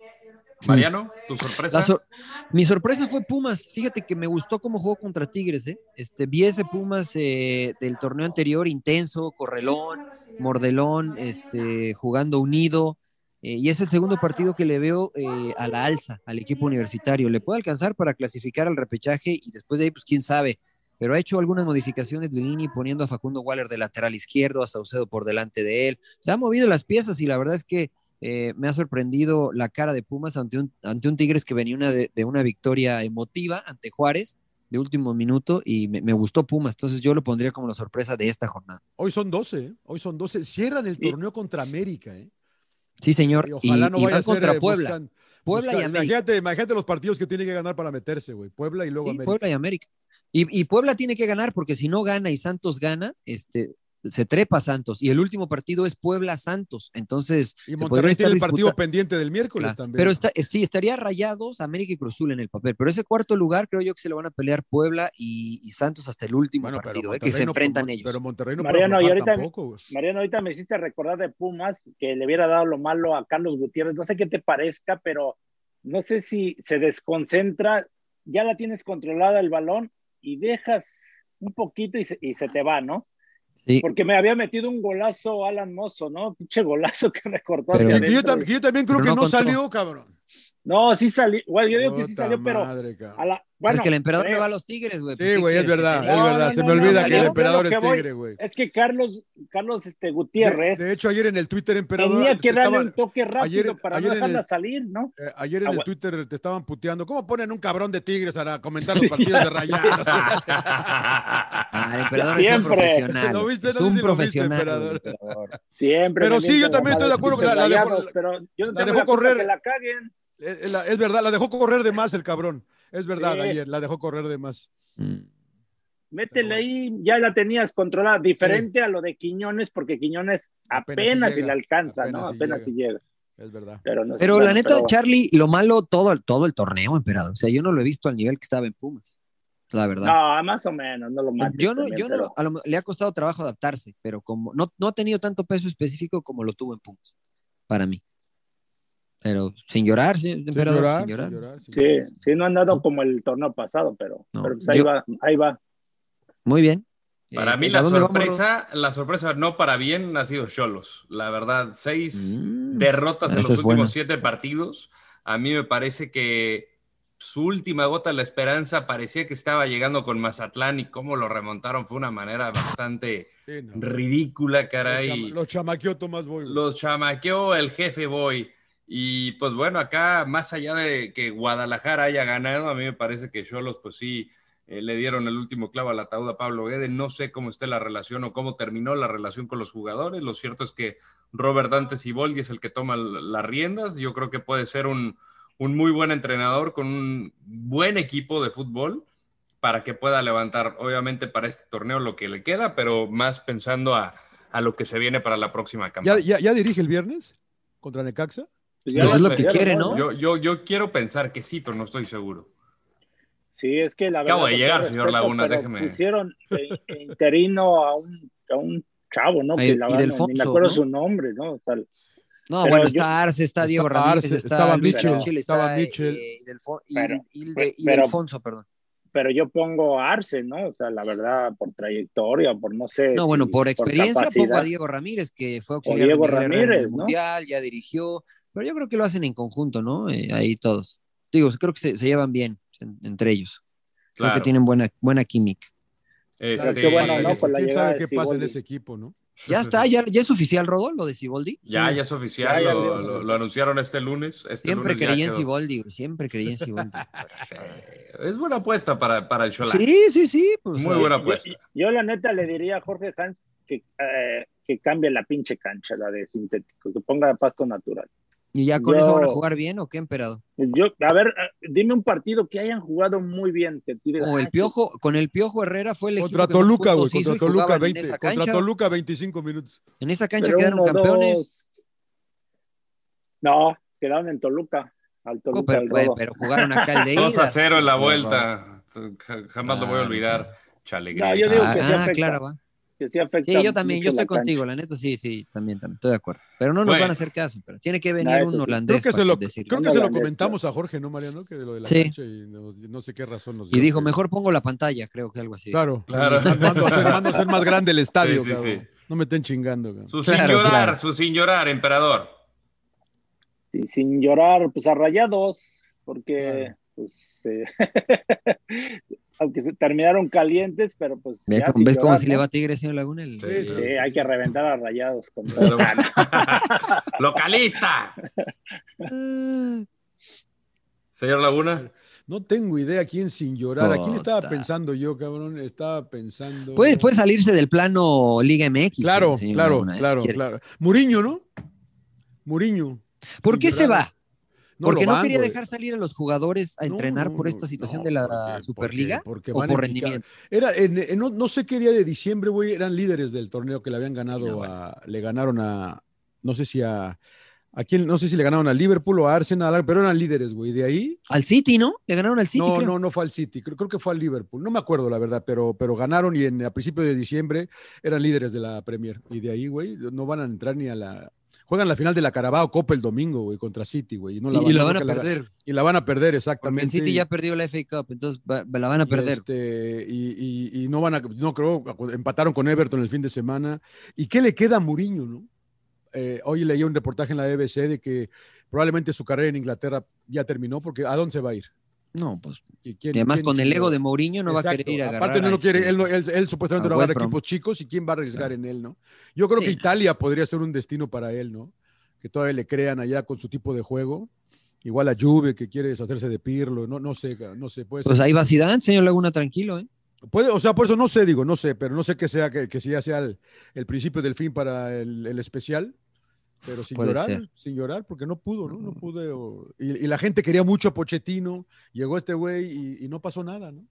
Mariano, tu sorpresa.
La sor- mi sorpresa fue Pumas. Fíjate que me gustó cómo jugó contra Tigres. ¿eh? Este, vi ese Pumas eh, del torneo anterior, intenso, correlón, mordelón, este, jugando unido. Eh, y es el segundo partido que le veo eh, a la alza al equipo universitario. Le puede alcanzar para clasificar al repechaje y después de ahí, pues quién sabe. Pero ha hecho algunas modificaciones Lilini poniendo a Facundo Waller de lateral izquierdo, a Saucedo por delante de él. Se han movido las piezas y la verdad es que eh, me ha sorprendido la cara de Pumas ante un, ante un Tigres que venía una de, de una victoria emotiva ante Juárez de último minuto y me, me gustó Pumas. Entonces yo lo pondría como la sorpresa de esta jornada.
Hoy son 12, ¿eh? Hoy son 12. Cierran el torneo contra América, ¿eh?
Sí, señor.
Y
Y,
ojalá no
y
vaya
van
a ser
contra
eh,
Puebla.
buscan-
Puebla
buscan-
y América.
imagínate, imagínate los partidos que tiene que ganar para meterse, güey. Puebla y luego
Sí,
América.
Puebla y América. Y, y Puebla tiene que ganar porque si no gana y Santos gana, este, se trepa Santos. Y el último partido es Puebla-Santos. Entonces,
Y
se podría
Monterrey
estar
tiene el partido
disputa-
pendiente del miércoles
Claro,
también.
Pero está, eh, sí, estaría rayados América y Cruzul en el papel. Pero ese cuarto lugar creo yo que se lo van a pelear Puebla y, y Santos hasta el último
Bueno, pero
partido, eh, que
Monterrey
se
no-
enfrentan
Mon-
ellos.
Pero Monterrey no
Mariano,
puede
y
aflojar
ahorita-
tampoco, güey.
Mariano, ahorita me hiciste recordar de Pumas que le hubiera dado lo malo a Carlos Gutiérrez. No sé qué te parezca, pero no sé si se desconcentra, ya la tienes controlada el balón y dejas un poquito y se, y se te va, ¿no?
Sí.
Porque me había metido un golazo Alan Mozo, ¿no? Pinche golazo que me cortó.
Pero-
hacia
Que yo,
adentro.
tam- que yo también creo
Pero
que
no
no
contó.
salió, cabrón.
No, sí salió. Bueno, yo digo que sí
Puta
salió, pero
madre, cabrón.
a la.
Pero
Bueno, eh,
es que el emperador
creo.
le va a los Tigres, güey. Pues,
Sí,
¿qué
güey,
quieres
es
que
verdad,
te
es
diga?
verdad.
no,
Se
no,
me
no,
olvida
salió,
que el
yo
emperador
lo
es
que voy.
tigre, güey.
Es que Carlos, Carlos este,
De,
Gutiérrez
de hecho, ayer en el Twitter, emperador.
tenía
te
que darle
estaban-
un toque rápido
ayer-
para
ayer en
no dejarla
el-
salir, ¿no?
Eh, ayer en
Ah,
el
bueno.
Twitter te estaban puteando. ¿Cómo ponen un cabrón de Tigres para comentar los partidos de Rayados?
Ah, el emperador es un
Siempre.
profesional.
Lo viste,
es
no sé
un
si lo viste,
profesional.
emperador.
güey, emperador.
Siempre.
Pero
me
sí, yo
mienten
también
los
estoy de acuerdo que la- la
malditos
dejó-
rayados, pero yo no
la
tengo
dejó
la culpa
correr.
que la caguen.
Eh, eh, la- es verdad, la dejó correr de más el cabrón. Es verdad,
Sí.
ayer la dejó correr de más.
Mm.
Métele ahí, ya la tenías controlada, diferente a lo de Quiñones, porque Quiñones
Apenas
apenas,
si
si
llega,
le alcanza,
apenas
¿no?
si
apenas si llega.
Es verdad.
Pero, no,
Pero
bueno,
la neta,
pero-
Charlie, lo malo todo, el- todo el torneo, emperador. O sea, yo no lo he visto al nivel que estaba en Pumas. La verdad.
No, más o menos, no lo mates.
Yo no,
también,
yo
pero-
no, a lo- le ha costado trabajo adaptarse, pero como no, no ha tenido tanto peso específico como lo tuvo en Pumas, para mí. Pero sin llorar, sí,
Sin
emperador,
llorar,
sin
sin
llorar.
llorar, sin
Sí,
llorar.
sí, no han dado como el torneo pasado, pero,
No,
pero pues ahí
yo-
va, ahí va.
Muy bien.
Para
Eh,
mí
¿a
la
dónde vamos,
sorpresa, la sorpresa no para bien ha sido Cholos. La verdad, seis
Mm,
derrotas en
esa es
los últimos
buena.
siete partidos. A mí me parece que su última gota de la esperanza parecía que estaba llegando con Mazatlán y cómo lo remontaron fue una manera bastante
Sí, no.
ridícula, caray.
Los chamaqueó Tomás Boy. güey.
Los chamaqueó el jefe Boy. Y pues bueno, acá, más allá de que Guadalajara haya ganado, a mí me parece que Cholos, pues sí, eh, le dieron el último clavo al ataúd a Pablo Guede. No sé cómo esté la relación o cómo terminó la relación con los jugadores. Lo cierto es que Robert Dante Siboldi es el que toma l- las riendas. Yo creo que puede ser un, un muy buen entrenador con un buen equipo de fútbol para que pueda levantar, obviamente, para este torneo lo que le queda, pero más pensando a, a lo que se viene para la próxima
¿Ya,
campaña.
ya, ya dirige el viernes contra Necaxa?
Pues
Pues
Yo
es
no
lo
sé,
que
yo
quiere,
no,
¿no?
Yo, yo, yo quiero pensar que sí, pero no estoy seguro.
Sí, es que la verdad.
Acabo de
con todo
llegar, señor Laguna,
pero
déjeme.
Pusieron eh, interino a un, a un chavo, ¿no?
A I-
Que la verdad no- ni me
Ildefonso,
acuerdo
¿no?
su nombre, ¿no? O sea,
No,
Pero
bueno,
yo-
está Arce, está Diego
Estaba
Ramírez,
Arce,
está
estaba
Luis
Mitchell,
Mitchell,
estaba
está,
Mitchell.
eh, Idelfo- I-
Pero-
Ilde-
pero-
Idelfonso, perdón.
pero yo pongo a Arce, ¿no? O sea, la verdad, por trayectoria, por no sé.
No, bueno,
si-
por experiencia pongo
capacidad.
a Diego Ramírez, que fue auxiliar
Diego
de Miguel Herrera en el
Ramírez, ¿no?
Mundial, ya dirigió, pero yo creo que lo hacen en conjunto, ¿no? Eh, ahí todos. Digo, creo que se, se llevan bien en- entre ellos. Creo que
Claro.
tienen buena, buena química.
Pero
Este,
qué bueno,
¿Quién
¿no? Pues
sabe-
Con la
¿Quién
llegada
sabe
de
qué pasa en
Siboldi.
ese equipo, no?
Ya está, ya, ya es oficial, Rodolfo, lo de Siboldi.
Ya, ya es oficial,
Ya, ya
lo,
vimos.
lo- lo anunciaron este lunes. Este
Siempre
lunes ya
creí en
quedó.
Siboldi, güey, siempre creí en Siboldi.
Eh, Es buena apuesta para, para el Cholán.
sí, sí, sí. pues,
Muy
o sea,
buena apuesta.
Yo, yo la neta le diría a Jorge Hans que, eh, que cambie la pinche cancha, la de sintético, que ponga pasto natural.
¿Y ya con yo, eso van a jugar bien o qué, emperado?
Yo, a ver, eh, dime un partido que hayan jugado muy bien. Que "Ah, tire
o el Piojo, con el Piojo Herrera fue el equipo
Contra Toluca, güey, contra Toluca, 20, contra cancha. Toluca 25 minutos.
En esa cancha Pero quedaron uno, campeones. Dos.
No, quedaron en Toluca. Al Toluca, oh,
pero,
al
wey, pero, jugaron acá el de ida.
2 a 0 en la vuelta. Jamás ah, lo voy a olvidar. Chalegría.
No, yo digo
ah,
que sí
ah, claro, va.
Que sí, afecta
sí yo también, yo estoy la contigo, cancha. la neta, sí, sí, también, también, estoy de acuerdo. Pero no nos bueno. van a hacer caso, pero tiene que venir no, un holandés.
Creo que, se lo, creo que se lo, comentamos a Jorge, ¿no, Mariano? Que de lo de la sí. cancha y no, no, sé qué razón nos
Y
dio,
dijo,
que...
mejor pongo la pantalla, creo que algo así.
Claro, claro. Mando a, ser, mando a ser más grande el estadio, No me estén chingando, cabrón.
Su sin claro, llorar, claro. su sin llorar, emperador.
Y sin llorar, pues a rayados, porque pues, eh, aunque se terminaron calientes, pero pues.
¿Ves, ya, ¿ves cómo ¿no? si le va a Tigres en Laguna? El...
Sí, sí, sí, sí, hay que reventar a rayados. Con
¡Localista!
Ah.
Señor Laguna.
No tengo idea quién sin llorar. ¿A quién estaba pensando yo, cabrón? Estaba pensando.
Puede, puede salirse del plano Liga MX.
Claro, eh, claro, Laguna, claro, si claro. Muriño, ¿no? Muriño.
¿Por qué llorar? se va? No porque van, no quería dejar salir a los jugadores a entrenar no, no, por esta situación de la porque, Superliga porque, porque o por rendimiento.
Era, en, en, no, sé qué día de diciembre, güey, eran líderes del torneo que le habían ganado bueno. a, le ganaron a, no sé si a, a quién, no sé si le ganaron a Liverpool o a Arsenal, pero eran líderes, güey, de ahí.
Al City, ¿no? Le ganaron al City.
No,
creo.
no, no fue al City, creo, creo, que fue al Liverpool, no me acuerdo la verdad, pero, pero ganaron y en, a principios de diciembre eran líderes de la Premier. Y de ahí, güey, no van a entrar ni a la, juegan la final de la Carabao Copa el domingo, güey, contra City, güey.
No la y, la van a perder. La,
y la van a perder, exactamente.
Porque el City ya perdió la FA Cup, entonces va, la van a perder.
Y, este, y, y, y, no van a, no creo, empataron con Everton el fin de semana. ¿Y qué le queda a Muriño, no? Eh, hoy leí un reportaje en la BBC de que probablemente su carrera en Inglaterra ya terminó, porque ¿a dónde se va a ir?
No, pues. ¿Y, quién, y además, quién, con el ego de Mourinho no exacto. va a querer ir a este agarrar.
Aparte, no lo quiere, él, él, él, él supuestamente a no va a agarrar equipos chicos y quién va a arriesgar claro. en él, ¿no? Yo creo sí. que Italia podría ser un destino para él, ¿no? Que todavía le crean allá con su tipo de juego. Igual a Juve, que quiere deshacerse de Pirlo, no, no sé, no sé. Puede
pues ser. ahí va Zidane, señor Laguna, tranquilo, ¿eh?
Puede, o sea, por eso no sé, digo, no sé, pero no sé que sea que, que si ya sea el, el, principio del fin para el, el especial pero sin Puede llorar, ser. sin llorar, porque no pudo, ¿no?
Mm.
No pude. O... Y, y, la gente quería mucho a Pochettino, llegó este güey y, y no pasó nada, ¿no?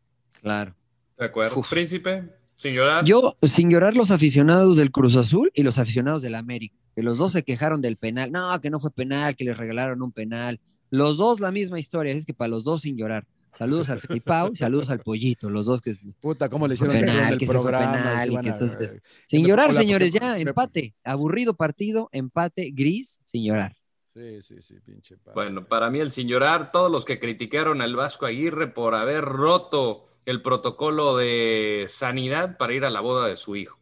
Claro.
De acuerdo. Uf. Príncipe, sin llorar.
Yo, sin llorar, los aficionados del Cruz Azul y los aficionados del América, que los dos se quejaron del penal. No, que no fue penal, que les regalaron un penal. Los dos, la misma historia, es que para los dos sin llorar. Saludos al Felipao y saludos al Pollito, los dos que.
Puta, ¿cómo le hicieron
penal, el que programa, se fue penal, y que a... entonces, sin llorar, Hola, señores, porque... ya, empate. Aburrido partido, empate, gris, sin llorar.
Sí, sí, sí, pinche.
Padre. Bueno, para mí el sin llorar, todos los que criticaron al Vasco Aguirre por haber roto el protocolo de sanidad para ir a la boda de su hijo.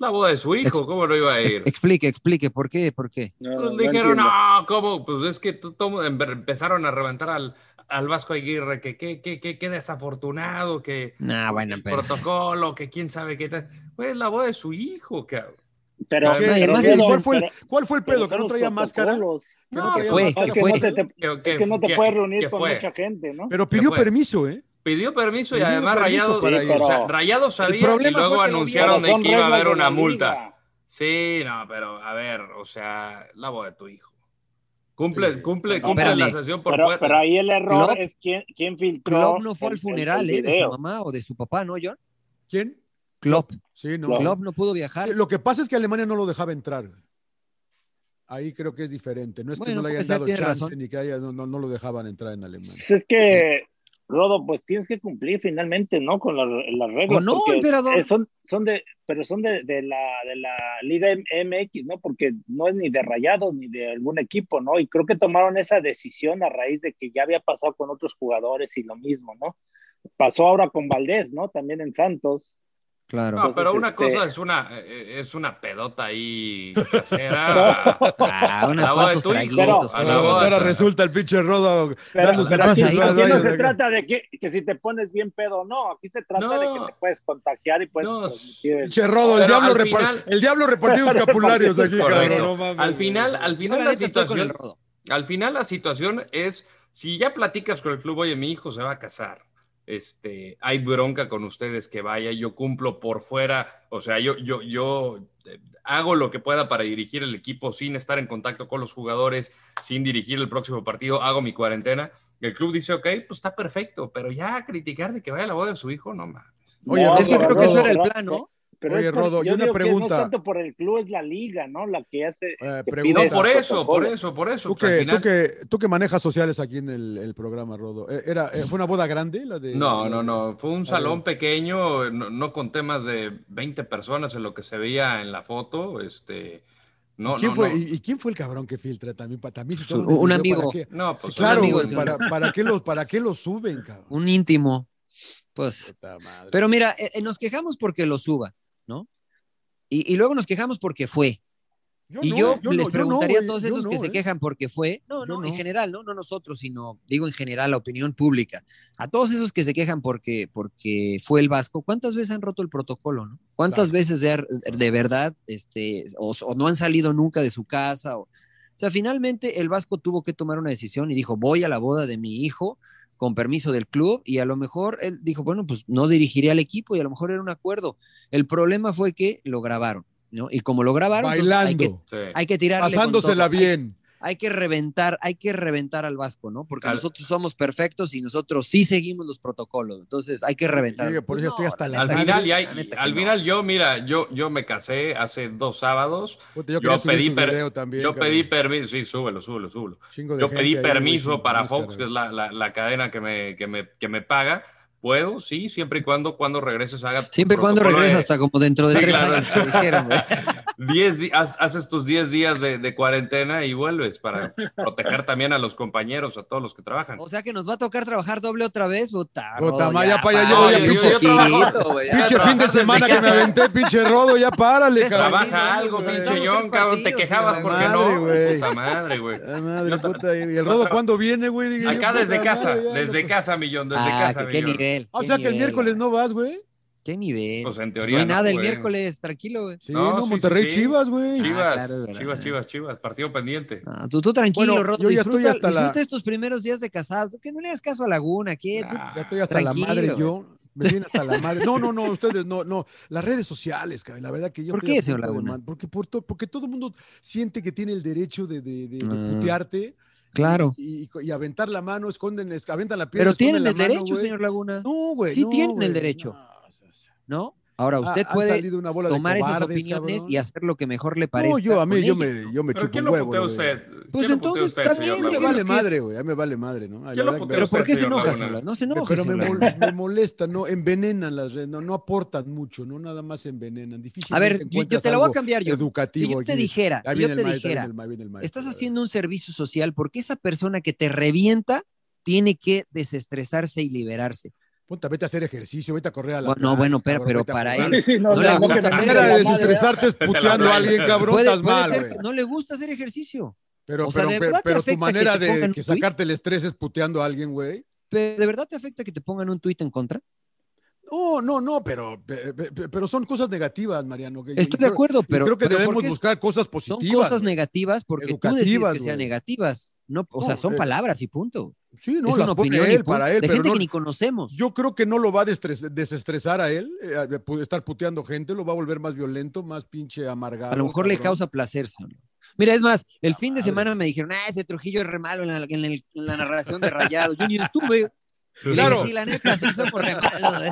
La boda de su hijo, ¿cómo no iba a ir?
Explique, explique, ¿por qué? ¿Por qué?
No, Nos no dijeron, no, oh, ¿cómo? Pues es que todo, empezaron a reventar al, al Vasco Aguirre, que qué que, que, que, desafortunado, que
nah, bueno,
el pero... protocolo, que quién sabe qué tal. Pues la voz de su hijo, cabrón.
Pero,
¿Qué,
pero
¿cuál, pero, fue el, ¿cuál, fue el, pedo? ¿Que no traía máscara? este
No,
¿Que no traía
fue,
máscara?
Que fue.
No te, te, es que no te puedes reunir con mucha gente, ¿no?
Pero pidió permiso, ¿eh?
Pidió permiso y pidió además permiso Rayado, sí, o sea, Rayado sabía y luego anunciaron de que iba a haber una multa. Sí, no, pero a ver, o sea, la voz de tu hijo. Cumple, sí, sí. cumple, no, cumple la sanción por
pero,
fuera.
Pero ahí el error Klopp, es quién, quién filtró.
Klopp no fue al funeral el, el eh, de su mamá o de su papá, ¿no, John?
¿Quién?
Klopp.
Sí, no. Klopp,
Klopp no pudo viajar.
Lo que pasa es que Alemania no lo dejaba entrar. Ahí creo que es diferente. No es bueno, que no le hayan dado chance razón. ni que haya, no, no, no, lo dejaban entrar en Alemania.
Pues es que, Rodo, pues tienes que cumplir finalmente, ¿no? Con las la reglas. eh,
¿O no, emperador?
Son, son de, pero son de, de, la, de la Liga MX, ¿no? Porque no es ni de Rayados ni de algún equipo, ¿no? Y creo que tomaron esa decisión a raíz de que ya había pasado con otros jugadores y lo mismo, ¿no? Pasó ahora con Valdés, ¿no? También en Santos.
Claro.
No, pero una este... cosa es una es una pedota ahí casera. no.
ah, unos cuantos traguitos.
Ah,
Pero, pero, ahora resulta el pinche Rodo
pero, dándose pero aquí, aquí no daños, se trata de que, que, si te pones bien pedo, no. Aquí se trata no. de que te puedes contagiar y puedes
Pinche Rodo, el diablo, final... el diablo repartido escapularios aquí, cabrón.
Mames, al final, al final la, la situación... Al final la situación es, si ya platicas con el club, oye, mi hijo se va a casar este, hay bronca con ustedes que vaya, yo cumplo por fuera, o sea, yo, yo, yo eh, hago lo que pueda para dirigir el equipo sin estar en contacto con los jugadores, sin dirigir el próximo partido, hago mi cuarentena. El club dice, ok, pues está perfecto, pero ya criticar de que vaya la boda de su hijo, no mames.
Oye,
No,
es que
pero
creo que eso
no,
era el
no,
plan, ¿no?
Pero
Oye,
es por-
Rodo, y
yo
una
digo que no es
pregunta.
tanto por el club, es la liga, ¿no? La que hace. que
eh, pregunta.
pide
No, por
Por
estos
eso, por
protocolos.
eso, por eso.
Tú
pues, al
que,
final-
tú, que, tú que manejas sociales aquí en el, el programa, Rodo. Eh, Era, eh, ¿Fue una boda grande la de...?
No, no, no. Fue un
A ver.
salón pequeño, no, no conté más de 20 personas en lo que se veía en la foto. Este, no,
¿Quién
no,
fue,
no.
¿Y, y quién fue el cabrón que filtra también? Para, también si
Su-
toman el
un
video,
amigo.
¿para qué?
No, pues
Sí, claro,
amigo
güey,
de
para, para qué lo, ¿para qué lo suben, cabrón?
Un íntimo. Pues.
Puta madre.
Pero mira, eh, eh, nos quejamos porque lo suba, ¿no? Y, y luego nos quejamos porque fue. y
no,
yo,
no,
les
yo
preguntaría
güey,
a todos
yo
esos que
no,
se
eh.
quejan porque fue, no,
Yo
no, en
no.
general, ¿no? No nosotros, sino digo en general la opinión pública. A todos esos que se quejan porque, porque fue el Vasco, ¿cuántas veces han roto el protocolo, no? ¿Cuántas
Claro.
veces de, ar- de verdad este, o, o no han salido nunca de su casa? O, o sea, finalmente el Vasco tuvo que tomar una decisión y dijo, voy a la boda de mi hijo con permiso del club y a lo mejor él dijo, bueno, pues no dirigiré al equipo y a lo mejor era un acuerdo. El problema fue que lo grabaron, ¿no? Y como lo grabaron, pues, hay que
Bailando,
Sí.
hay que tirarle con
pasándosela
todo. Hay-
bien.
Hay, que reventar, hay que reventar al Vasco, ¿no? Porque
Al-
nosotros somos perfectos y nosotros sí seguimos los protocolos. Entonces hay que reventar.
Oye, por eso estoy hasta la
Al
madre,
final, y hay-
la neta que
al
no.
final yo, mira, yo, yo me casé hace dos sábados.
Puta,
yo
quería subir
pedí
tu
per-
video también,
yo
cabrón.
pedí permiso, sí, súbelo, súbelo, súbelo.
Chingo de
Yo
gente
pedí
ahí, güey,
permiso
sin
para
máscara,
Fox,
güey.
que es la, la- la cadena que me, que, me, que me paga. Puedo, sí, siempre y cuando cuando regreses haga. tu
Siempre y cuando
protocolo de-
regresa hasta como dentro de
Sí,
tres
claro.
años, te dijeron, güey.
10 di- haz- haces tus 10 días de, de cuarentena y vuelves para proteger también a los compañeros, a todos los que trabajan.
O sea que nos va a tocar trabajar doble otra vez,
Ah,
puta.
Puta,
Rodo,
ma, ya pa' allá yo
voy a
párale un
pinche- yo
poquito,
trabajo.
güey, ya.
Pinche
trabajar
fin de
desde
semana que me
casa.
aventé, pinche rodo, ya párale,
Tres
cabrón.
Trabaja algo,
güey.
pinche
Aventamos
John,
tres
cabrón. Te
partidos, hijo
quejabas
de
porque
madre,
no.
güey.
Puta madre, güey.
Ah, madre,
No,
puta, ¿Y el
no
rodo
tra-
cuándo viene, güey? Dije yo,
Acá desde
puta
casa,
madre, ya,
desde
loco.
casa, millón, desde
Ah,
casa,
que qué
millón.
nivel.
Ah, O
qué
sea que el
nivel,
miércoles
güey.
no vas, güey.
Qué nivel.
Pues en
No
teoría.
hay nada el
güey.
miércoles, tranquilo, güey.
Sí,
No,
no,
sí, sí,
Monterrey
sí.
Chivas, güey.
Chivas,
claro, es verdad.
Chivas, Chivas, Chivas, partido pendiente.
No, tú, tú tranquilo,
Bueno,
Rodo,
yo ya
disfruta,
estoy hasta la-
disfruta estos primeros días de casado. Tú Que no le hagas caso a Laguna, que tú
Nah,
Ya estoy hasta la madre
Ah, Tranquilo,
yo. Me viene hasta la madre. No, no, no, ustedes no, no. Las redes sociales, cabrón, la verdad que yo.
¿Por
estoy
qué,
a punto
señor
de
Laguna?
mal- Porque, por to- porque todo el mundo siente que tiene el derecho de, de- de- de
Ah.
putearte.
Claro.
Y, y- y aventar la mano, esconden, es- aventan la piedra.
Pero tienen
esconden la
el
mano,
derecho,
güey.
señor Laguna,
No, güey.
Sí
no,
tienen el
güey,
derecho.
no, o sea,
¿no? Ahora, usted
ha- han
puede
salido una bola de
tomar esas
cobardes,
opiniones
cabrón.
y hacer lo que mejor le parezca.
No, yo a mí
con
yo
ellas,
me,
¿no?
yo me
¿Pero
chupo
quién
un
lo
huevo.
putea
la verdad.
usted? ¿Quién
Pues
lo putea
entonces,
usted,
está
A
señor
mí
bien,
me
Laguna?
digo,
vale
es que-
madre, güey. A mí me vale madre, ¿no? La verdad
Yo lo
que me
puteo
Pero ¿por
usted,
qué se
señor
enoja,
Laguna.
señora? No se
Me-
enoje,
pero me,
señor
mol-
Laguna.
me molestan, ¿no? Envenenan las redes, no, no aportan mucho, ¿no? Nada más envenenan. Difícil.
A ver, yo- yo te la voy a cambiar yo.
Educativo.
Si yo te
aquí.
dijera,
Ahí
si yo
viene el
te
maestro, ahí
dijera,
viene el ma- ahí viene el maestro,
estás
a ver.
haciendo un servicio social porque esa persona que te revienta tiene que desestresarse y liberarse.
Ponte, vete a hacer ejercicio, vete a correr a la.
Bueno, no,
plaza,
bueno, pero-
cabrón,
pero
vete a
para
jugar.
él-
Sí, sí,
No
no, o
le
sea, no que
gusta
me
La
hacer
metan
manera
la
de
madre,
desestresarte es
Vete a la
puteando a
playa.
alguien, cabrón,
Puede,
estás
puede
mal,
ser que
güey.
no le gusta hacer ejercicio,
Pero,
o sea,
pero,
¿de
pero,
verdad te
pero tu
afecta que te
manera de
pongan
que
un
sacarte el estrés es puteando a alguien, güey.
pero ¿de verdad te afecta que te pongan un tuit en contra?
No, no, no, pero, pe- pe- pe- pero son cosas negativas, Mariano. que- y
Estoy de
creo-
acuerdo,
y
pero
creo que
pero
debemos
porque es-
buscar cosas
son
positivas.
cosas
güey.
negativas porque tú decides
Educativas,
que sean
güey.
negativas. No, o
No,
sea, son
eh,
palabras y punto.
Sí, no,
es
las
una
pone
opinión y
él,
punto.
para él,
de
pero
gente
no-
que ni conocemos.
yo creo que no lo va a destres- desestresar a él, eh, a- pu- estar puteando gente, lo va a volver más violento, más pinche amargado.
A lo mejor le
cabrón.
causa placer, señor. Mira, es más, el
La
fin de
madre.
semana me dijeron, ah, ese Trujillo es re malo en la, en el- en la narración de Rayado. Yo ni estuve. Y le
Claro.
dije, sí, la neta, sí somos re malos. ¿eh?".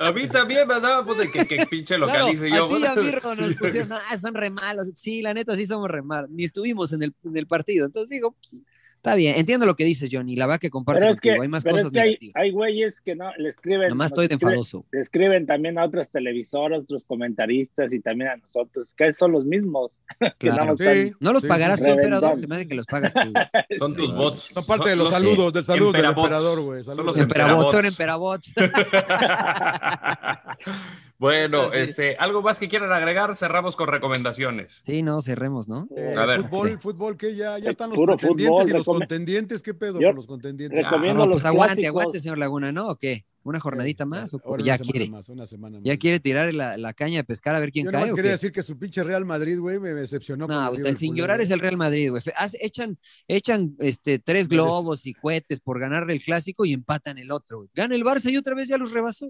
A mí también me daba pues, de que, que pinche
Claro, a
localice
ti
yo.
y a Mirko nos pusieron, ah, son re malos. Sí, la neta, sí somos re malos. Ni estuvimos en el, en el partido. Entonces digo, pues, está bien, entiendo lo que dices, Johnny, la va que comparto
Pero es que,
contigo. hay más
pero
cosas
es que hay,
negativas.
hay güeyes que no le escriben.
Nomás
nos
estoy de
escriben-
enfadoso.
le escriben también a otras televisoras, otros comentaristas y también a nosotros, que son los mismos. que
Claro.
nada más
Sí.
están-
No los
Sí,
pagarás
sí,
tú,
sí.
emperador.
Reventón.
Se me hace que los pagas tú.
Son tus bots.
Son parte de
Son
los
no sé.
saludos, del saludo del
Emperabots.
emperador, güey.
Son
saludos.
los
Emperabots, son
Emperabots.
emperabots.
Bueno,
Pues
Entonces-
este, algo más que quieran agregar, cerramos con recomendaciones.
Sí, no, cerremos, ¿no?
Eh,
A ver.
Fútbol, fútbol, que ya, ya
Eh,
están los
puro
pretendientes
fútbol,
y los
recom-
contendientes. ¿Qué pedo
Yo
con los contendientes?
recomiendo
No,
los
pues aguante,
clásicos.
aguante, señor Laguna, ¿no? ¿O qué? ¿Una jornadita más? ¿O
Ahora
ya
una semana
quiere?
más, una semana más.
¿Ya quiere tirar la, la caña de pescar a ver quién
Yo nada
cae?
más
o
quería
qué?
decir que su pinche Real Madrid, güey, me decepcionó.
No,
cuando
puta,
dio
el sin
culero.
llorar es el Real Madrid, güey. Fe- haz- Echan, echan este, tres globos y cohetes por ganar el clásico y empatan el otro, güey. Gana el Barça y otra vez ya los rebasó.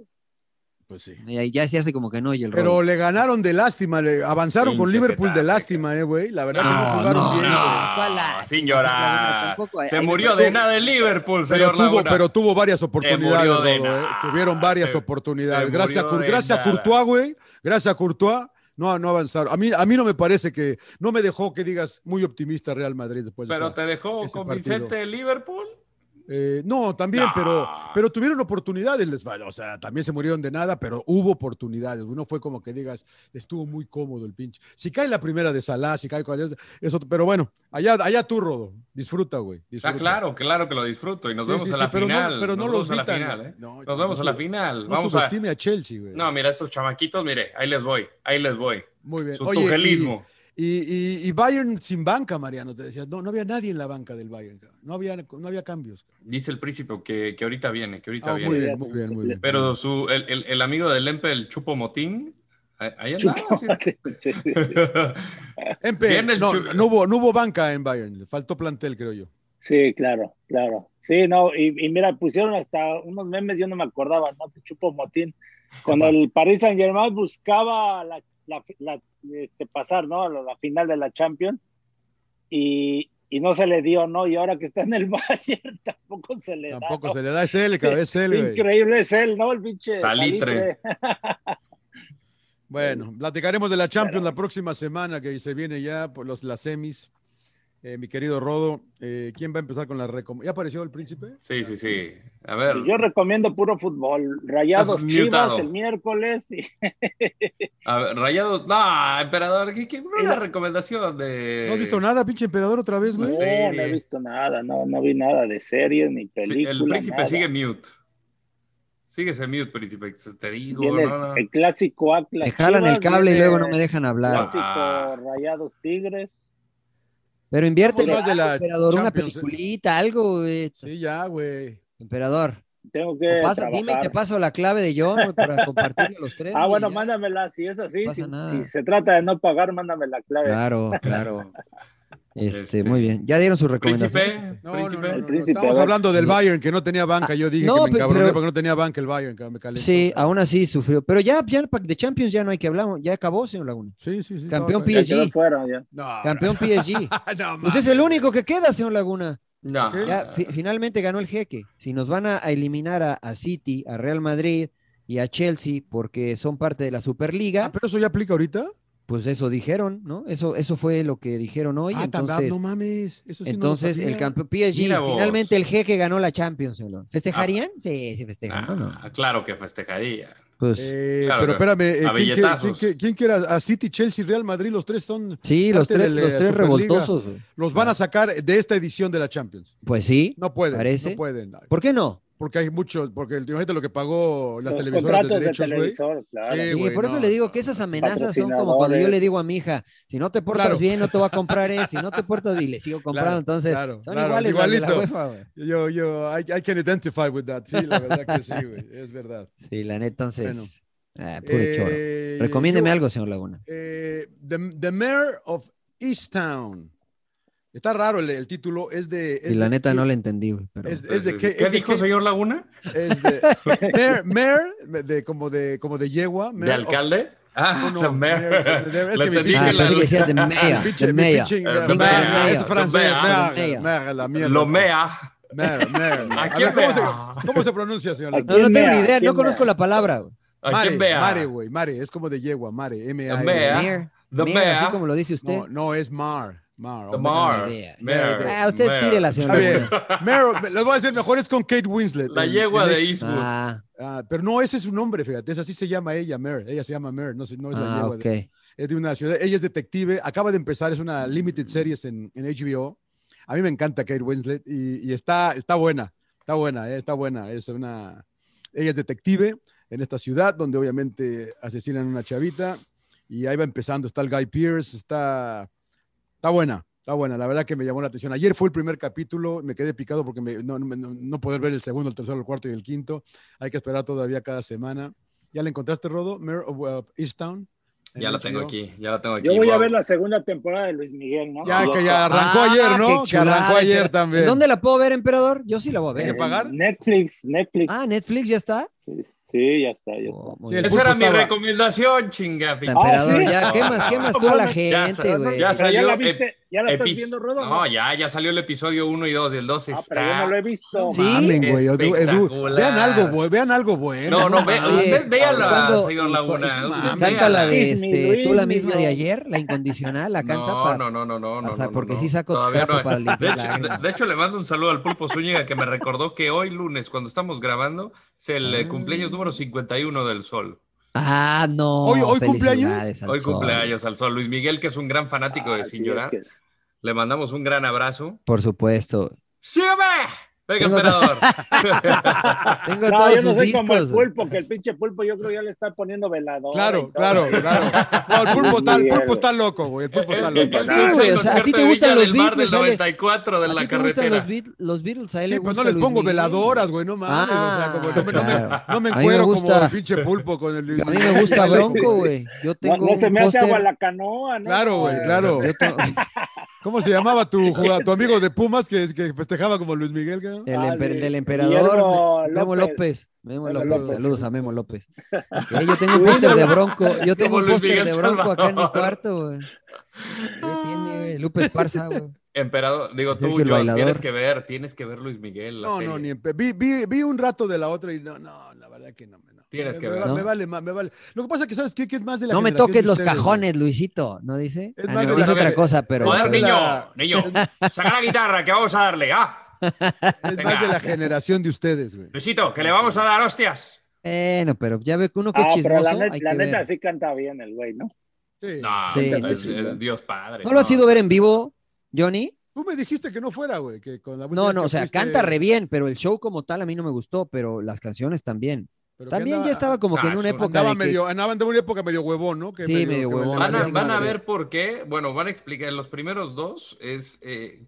Pues sí.
Y ahí ya se hace como que no, y el
Pero
rollo.
le ganaron de lástima, le avanzaron con
Pinche
Liverpool de
Getafe,
lástima, eh, güey. La verdad que
No,
jugaron
Ah, no,
bien, güey.
no,
¿Cuál
Ah,
la-
sin
o sea, la verdad,
llorar.
tampoco hay-
Se
hay-
murió de nada el Liverpool,
Pero
señor
tuvo,
Laguna.
pero tuvo varias oportunidades,
murió de
Rodo, eh.
nada.
Tuvieron varias
Se-
oportunidades.
se
Gracias, a
murió
Cur-
de
gracias a
nada.
Courtois, güey. Gracias a Courtois. No, no avanzaron. A mí, a mí no me parece que, no me dejó que digas muy optimista Real Madrid después de
Pero
esa-
te dejó
ese
convincente el Liverpool. Ah,
Eh, no, también,
No.
pero, pero tuvieron oportunidades. Les, vale, o sea, también se murieron de nada, pero hubo oportunidades. Uno fue como que digas, estuvo muy cómodo el pinche. Si cae la primera de Salah, si cae cual es, es otro- pero bueno, allá, allá tú, Rodo. Disfruta, güey.
Está
disfruta.
claro, claro que lo disfruto y nos
Sí,
vemos
sí,
a
sí,
la
pero no-
final.
pero no
nos
los
vemos a la
mitan.
final, ¿eh?
No, no,
nos vemos
no
a la
sub-
final.
No
Vamos a.
subestime a, Chelsea, güey.
No, mira, estos chamaquitos, mire, ahí les voy, ahí les voy.
Muy bien.
Su
Oye,
tujelismo.
Y, y- y Bayern sin banca, Mariano, te decías. No, no había nadie en la banca del Bayern. cabrón. No había, no había cambios. cabrón.
Dice el príncipe que, que ahorita viene, que ahorita
Ah,
viene.
muy bien, muy bien, muy bien.
Pero su, el, el- el amigo del Empe, el Chupo Motín, ahí ahí andaba. sí.
Sí.
Empe,
Viene el
no,
Chu-
no hubo, no hubo banca en Bayern. Le faltó plantel, creo yo.
Sí, claro, claro. Sí, no, y, y mira, pusieron hasta unos memes, yo no me acordaba, ¿no? Te chupo motín. Cuando el Paris Saint Germain buscaba la, la- la- este, pasar, ¿no? A La, la final de la Champions y, y no se le dio, ¿no? Y ahora que está en el Bayern tampoco se le
Tampoco
da.
se le da, es él, cabrón, es él, güey.
Increíble es él, ¿no? El pinche.
Salitre.
Bueno, platicaremos de la Champions la próxima semana que se viene ya por los, las semis. Eh, mi querido Rodo, eh, ¿quién va a empezar con la recomendación? ¿Ya apareció el príncipe?
Sí, sí, sí. A ver,
Yo recomiendo puro fútbol, rayados
Estás
chivas
mutado.
el miércoles y
a ver, Rayado. No, emperador, ¿qué, qué- una recomendación de.
¿No has visto nada, pinche emperador, otra vez,
no,
güey?
Sí.
no he
serie.
visto nada, no, no vi nada de series ni
Sí,
películas.
el príncipe
nada.
sigue mute. Sigue ese mute, príncipe. te- Te digo,
Viene el,
no, no.
el clásico Atlas.
Me jalan el
Chivas,
cable y
viene
luego no me dejan
el
hablar.
Clásico
Ah.
Rayados Tigres.
Pero invierte
Vamos más de la
emperador, una
Champions, eh.
peliculita, algo, güey.
Sí, ya, güey.
Emperador,
Tengo
o
que
pasa-
trabajar.
dime y te paso la clave de John güey, para compartirle a los tres.
Ah,
güey,
bueno,
ya.
mándamela si es así.
No
Si,
pasa nada.
si se trata de no pagar, mándame la clave.
Claro, claro. Este,
Este.
muy bien. Ya dieron sus recomendaciones.
Príncipe,
No, no, no,
príncipe.
no, no,
El príncipe, a
Estamos
ver.
hablando del
No. Ah,
Bayern, que no tenía banca. Yo dije
No,
que me
pe-
encabroné
pero-
porque no tenía banca el Bayern, que me calentó.
Sí, aún así sufrió. Pero ya, ya pa- de Champions ya no hay que hablar. Ya acabó, señor Laguna.
Sí, sí, sí.
Campeón
no,
Ya quedó
PSG.
fuera, ya.
No,
Campeón PSG.
no,
Pues es el único que queda, señor Laguna.
No.
Ya, Ah, fi- finalmente ganó el jeque. Si nos van a, a eliminar a, a City, a Real Madrid y a Chelsea porque son parte de la
Ah,
Superliga,
pero eso ya aplica ahorita.
pues eso dijeron, ¿no? Eso, eso fue lo que dijeron hoy.
ah, tan bravo,
entonces,
no mames. Eso sí no lo
entonces el
sabía.
campeón PSG,
Mira vos.
finalmente el jeque ganó la Champions. señor Laguna. ¿Festejarían?
Ah,
Sí, sí festejan. ¿no? No,
Ah, claro que festejaría.
Pues,
Eh,
Claro,
pero
claro.
espérame, eh, ¿quién,
A
quiere,
billetazos.
quién- quién quiere a a City, Chelsea, Real Madrid? Los tres son,
sí, los
parte
tres,
de la
los tres
Superliga.
revoltosos. güey.
los van a sacar de esta edición de la Champions.
Pues sí.
No pueden,
Parece.
no pueden.
¿Por qué no?
Porque hay muchos, porque el- imagínate lo que pagó las
Los
televisoras de
contratos de,
derechos, güey.
televisor, claro.
Sí,
Sí,
güey,
por eso
no,
le digo
no,
que esas
no.
amenazas son como cuando yo le digo a mi hija, si no te portas
Claro.
bien, no te voy a comprar eso, si no te portas bien, le sigo comprando,
Claro,
entonces
claro,
son
claro,
iguales las de la
igualito.
UEFA, güey.
Yo, yo, I, I can identify with that. Sí, la verdad que sí, güey. Es verdad.
Sí, la neta, entonces, ah, puro choro.
Eh,
Recomiéndeme
yo-
algo, señor Laguna.
Eh, the, The Mayor of Easttown. Está raro el, el título. Es de.
Y
Es
la
de-
neta no la entendí, güey, pero
Es, es de que-
¿Qué
es de
dijo,
que-
señor Laguna?
Es de, mayor, mayor, de, como de como de yegua.
¿De
mayor of-
alcalde? Ah,
Oh, No, no,
mayor.
mayor, mayor, es
Le
que mi
entendí
pinche-
Ah,
que la
pensé que decías de
lucha-
Mi
Mea,
pinche-
de
mi
Mea.
pinche-
Eh,
mi-
mayor,
es francés,
mayor.
mayor, mayor, la mierda.
Lo mea.
Mayor, mayor.
¿A
A
quién
ver, ¿Cómo se,
vea?
cómo se pronuncia, señor?
¿A
Laguna?
No, no tengo ni
Mea,
idea, no
¿quién
conozco
Mea?
la palabra, güey.
¿A
Mare,
quién vea?
Mare, güey, Mare, es como de yegua, Mare, M A. E.
Mea.
Mayor,
The
mayor,
Mea.
así como lo dice usted.
No, no, es Mar, Mar.
The
o
Mar.
idea.
Mayor,
Ah, usted
mayor.
tírela, señor
Está bien.
Laguna.
Mayor, les voy a decir, mejor es con Kate Winslet.
La
en-
yegua
en
de
Ex-
Eastwood.
Ah,
Ah, pero no, ese es su nombre, fíjate, es así se llama ella, Mare. Ella se llama Mare, no, se- no es la
ah,
yegua.
ok.
de- es de una ciudad. Ella es detective, acaba de empezar, es una limited series en, en HBO. A mí me encanta Kate Winslet y, y está, está buena, está buena, eh, está buena. Es una, ella es detective en esta ciudad donde obviamente asesinan a una chavita y ahí va empezando. Está el Guy Pierce, está, está buena, está Está buena, la verdad que me llamó la atención. Ayer fue el primer capítulo, me quedé picado porque me, no, no, no, poder ver el segundo, el tercero, el cuarto y el quinto. Hay que esperar todavía cada semana. ¿Ya la encontraste, Rodo? Mayor of uh, Easttown.
Ya la tengo aquí, ya la tengo aquí.
Yo voy wow. a ver la segunda temporada de Luis Miguel, ¿no?
Ya que ya arrancó ah, ayer, ¿no? Que arrancó ayer también.
¿Dónde la puedo ver, emperador? Yo sí la voy a ver.
Eh,
¿Hay que pagar?
Netflix, Netflix.
Ah, Netflix ya está. Oh,
Sí. sí ya está, ya está.
Sí, Esa era mi estaba... recomendación, chinga.
Emperador, ah, ¿sí? ya quemas, quemas tú a la gente, güey.
Ya, salió, ya la viste, ya la estás viendo, Rodo.
No, ya, ya salió el episodio 1 y 2, y el 2 está. Ah,
pero yo no lo he visto.
Sí, Mamen, güey. Edu, vean algo, vean algo bueno.
No,
Ah,
no, ve, usted véala, señor Laguna.
Usted canta la de este, tú la misma de ayer, la incondicional, la canta.
No, para, no, no, no, no,
o sea, porque no, sí saco todavía no. para limpiar.
De hecho, de, de hecho, le mando un saludo al Pulpo Zúñiga que me recordó que hoy lunes, cuando estamos grabando, es el ah. cumpleaños número 51 del Sol.
Ah, no.
Hoy, hoy cumpleaños.
Hoy sol. cumpleaños al sol. Luis Miguel, que es un gran fanático ah, de Sin Llorar. Es que... Le mandamos un gran abrazo.
Por supuesto.
¡Sí, Venga, Tengo emperador.
Tengo no, todos yo no soy discos. como el pulpo, que el pinche pulpo yo creo ya le está poniendo velador.
Claro, claro, claro. No, el pulpo, está, el pulpo está loco, güey. El
Pues,
pulpo está loco.
Ah,
Sí, güey, o sea, a ti te gustan los Beatles. del 94 de la carretera.
Los, Beatles, a él
Sí, pues no les pongo veladoras, güey, no mames.
Ah,
o sea, como no me, encuero como el pinche pulpo con el...
A mí me gusta Bronco, güey. Yo tengo
No se me hace agua la canoa, ¿no?
Claro, güey, claro. ¿Cómo se llamaba tu, tu amigo de Pumas que, que festejaba como Luis Miguel? ¿no?
El, emper, del emperador Memo López. Memo López. López. Saludos a Memo López. Eh, yo tengo un póster de Bronco. Yo tengo un póster de Bronco acá en mi cuarto. Güey. ¿Qué tiene, güey? Lupe Esparza, güey.
Emperador, digo tú, yo, tienes que ver, tienes que ver Luis Miguel. La
no,
serie.
no, ni vi, vi, vi, un rato de la otra y no, no, la verdad que no. no.
Tienes
me,
que
me
ver.
Va,
¿no?
Me vale, me vale. Lo que pasa es que, ¿sabes qué? Que es más de la
No me toques los ustedes, cajones, ¿no? Luisito, ¿no dice?
Es
ah,
más
no, de la, otra cosa, pero.
Joder, niño, la... niño, saca la guitarra que vamos a darle, ah.
Es Venga. más de la generación de ustedes, güey.
Luisito, que le vamos a dar hostias.
Bueno, eh, pero ya ve que uno que ah, es chismoso.
Pero la,
net, hay
la
que
neta
ver.
sí canta bien el güey, ¿no?
Sí. No, sí, es, sí. Es Dios Padre.
¿No, lo has ido a ver en vivo, Johnny?
Tú me dijiste que no fuera, güey. Que con la
no, no,
que
o sea, fuiste... canta re bien, pero el show como tal a mí no me gustó, pero las canciones también. Pero también andaba, ya estaba como que en una época.
Andaba
de
medio,
que...
andaban de una época medio huevón, ¿no?
Que sí, medio, medio huevón.
Van a, van a, ver por qué. Bueno, van a explicar. Los primeros dos es. Eh,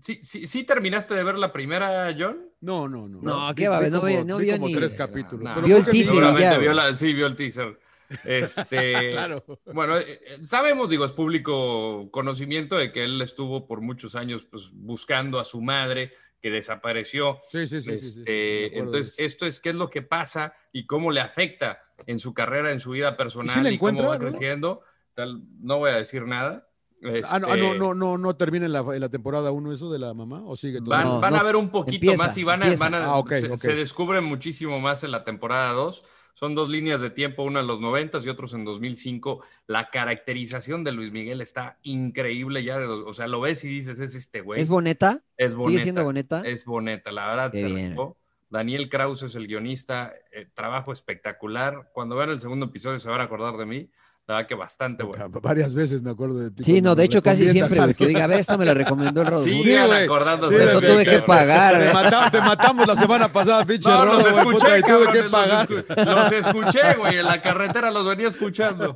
¿sí, sí, sí, terminaste de ver la primera, John?
No, no, no.
No, qué va, no, vi, no
vi
vio
como
ni...
tres capítulos.
Ah,
No,
no. Vio el teaser. Ya,
vio la, sí, vio el teaser. Este, claro. Bueno, eh, sabemos, digo, es público conocimiento de que él estuvo por muchos años pues, buscando a su madre, que desapareció.
Sí, sí, sí.
Este,
sí, sí,
entonces, esto es qué es lo que pasa y cómo le afecta en su carrera, en su vida personal
y, si
y cómo va
¿no?
creciendo. Tal, no voy a decir nada. Este...
Ah, no, no, no, no, no termina en la, en la temporada 1 eso de la mamá o sigue todo.
Van,
no,
van
no,
a ver un poquito
empieza,
más y van a, van a
ah, okay,
se,
okay.
se descubren muchísimo más en la temporada 2 son dos líneas de tiempo, una en los 90 y otros en 2005. La caracterización de Luis Miguel está increíble ya, de los, o sea, lo ves y dices, es este güey.
¿Es Boneta?
Es Boneta.
¿Sigue siendo Boneta?
Es Boneta, la verdad Qué se rifó. Daniel Krause es el guionista, eh, trabajo espectacular. Cuando vean el segundo episodio se van a acordar de mí. La verdad que bastante bueno.
Varias veces me acuerdo de ti.
Sí, no, de hecho casi siempre, güey, que diga, a ver, esta me la recomendó el Rodo.
Ah, Sí, sí güey. acordándose.
Sí, eso tuve que pagar,
Te, matamos, te matamos la semana pasada, pinche
no,
Rodo,
los escuché,
güey, puta,
cabrón,
tuve que pagar.
Los, escu los escuché, güey, en la carretera los venía escuchando.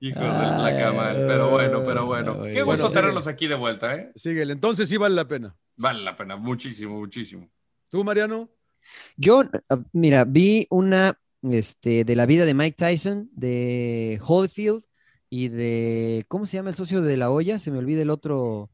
Hijos ah, de la cama. Pero bueno, pero bueno. Qué gusto bueno, tenerlos aquí de vuelta, ¿eh?
Síguele, entonces sí vale la pena.
Vale la pena, muchísimo, muchísimo.
¿Tú, Mariano?
Yo, ah, mira, vi una este, de la vida de Mike Tyson, de Holyfield y de, ¿cómo se llama el socio de la olla? Se me olvida el otro,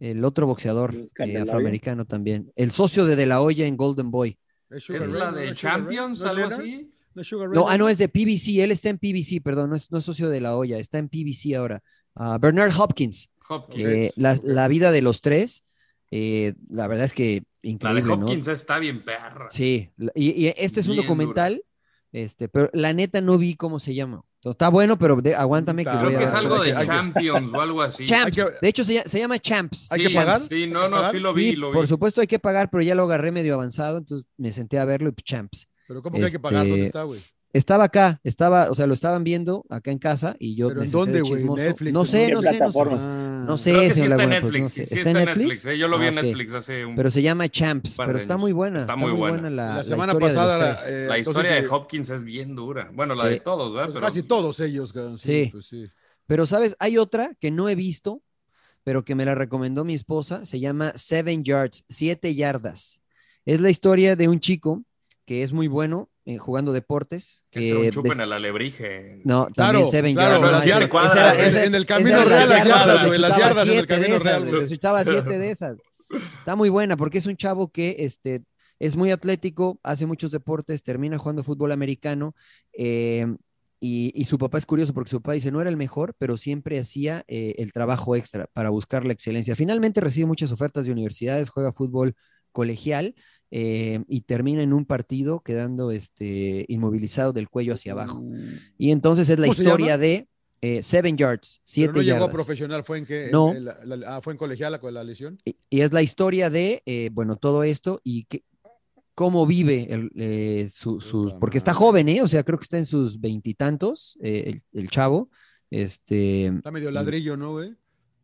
el otro boxeador eh, afroamericano también. El socio de de la olla en Golden Boy.
¿Es, ¿Es la de ¿No Champions, ¿No algo
Eh,
así?
¿No, no, ah, no, es de PBC, él está en PBC, perdón, no es, es socio de la olla, está en PBC ahora. Uh, Bernard Hopkins.
Hopkins.
Eh, la, okay. la, vida de los tres, eh, la verdad es que increíble.
La de Hopkins
¿no?
está bien perra.
Sí, y, y este es bien un documental dura. Este, pero la neta no vi cómo se llama. Entonces, está bueno, pero de, aguántame
Ah, Creo
que voy
que
a...
es algo de Champions o algo así.
Champs. Que... De hecho, se, se, llama Champs.
¿Hay que pagar?
Sí, no, no, sí lo vi,
y,
lo vi.
Por supuesto hay que pagar, pero ya lo agarré medio avanzado, entonces me senté a verlo y pues, Champs.
¿Pero cómo que este... hay que pagar? ¿Dónde está, güey?
Estaba acá, estaba, o sea, lo estaban viendo acá en casa y yo.
¿Pero
me
en dónde, güey?
¿Netflix? No sé,
¿en
no sé, no sé.
Ah,
plataforma?
No
Creo
sé,
que sí
señor
está en
Laguna, pues,
Netflix.
no sé.
sí está, en Netflix. ¿eh? Yo lo vi en Netflix hace un
Ah, Pero se llama Champs,
par
pero
de
está
años.
muy buena.
Está muy buena.
la,
La semana
historia de los
pasada la-
tres.
eh,
La historia
entonces,
de Hopkins es bien dura. Bueno, la
Sí.
de todos, ¿verdad?
Pues
Pero-
casi todos ellos, cabrón. Sí,
Sí.
pues sí.
Pero, ¿sabes? Hay otra que no he visto, pero que me la recomendó mi esposa. Se llama Seven Yards, Siete Yardas. Es la historia de un chico que es muy bueno eh, jugando deportes.
Que, se lo chupen al alebrije.
Eh, No, también
Claro,
Seven
claro,
Yards.
en
no,
las
ese-
yardas,
ese
claro,
era-
en-
ese-
en el
ese
camino
era
real, las yardas,
le
güey, las
chutaba
yardas en el
siete de
camino
esas,
real.
le- le chutaba siete de esas. Está muy buena porque es un chavo que este, es muy atlético, hace muchos deportes, termina jugando fútbol americano. eh, y, y su papá es curioso porque su papá dice, no era el mejor, pero siempre hacía eh, el trabajo extra para buscar la excelencia. Finalmente recibe muchas ofertas de universidades, juega fútbol colegial eh, y termina en un partido quedando este, inmovilizado del cuello hacia abajo. Y entonces es la
Uh. ¿Cómo se
historia
llama?
de eh, Seven Yards,
Pero
Siete
no llegó a
yardas.
profesional, fue en que
No.
fue en colegial la, la lesión.
Y, y es la historia de, eh, bueno, todo esto y que, cómo vive el, eh, su- sus... Porque está joven, ¿eh? O sea, creo que está en sus veintitantos, eh, el, el chavo. Este,
Está medio ladrillo, ¿no, güey?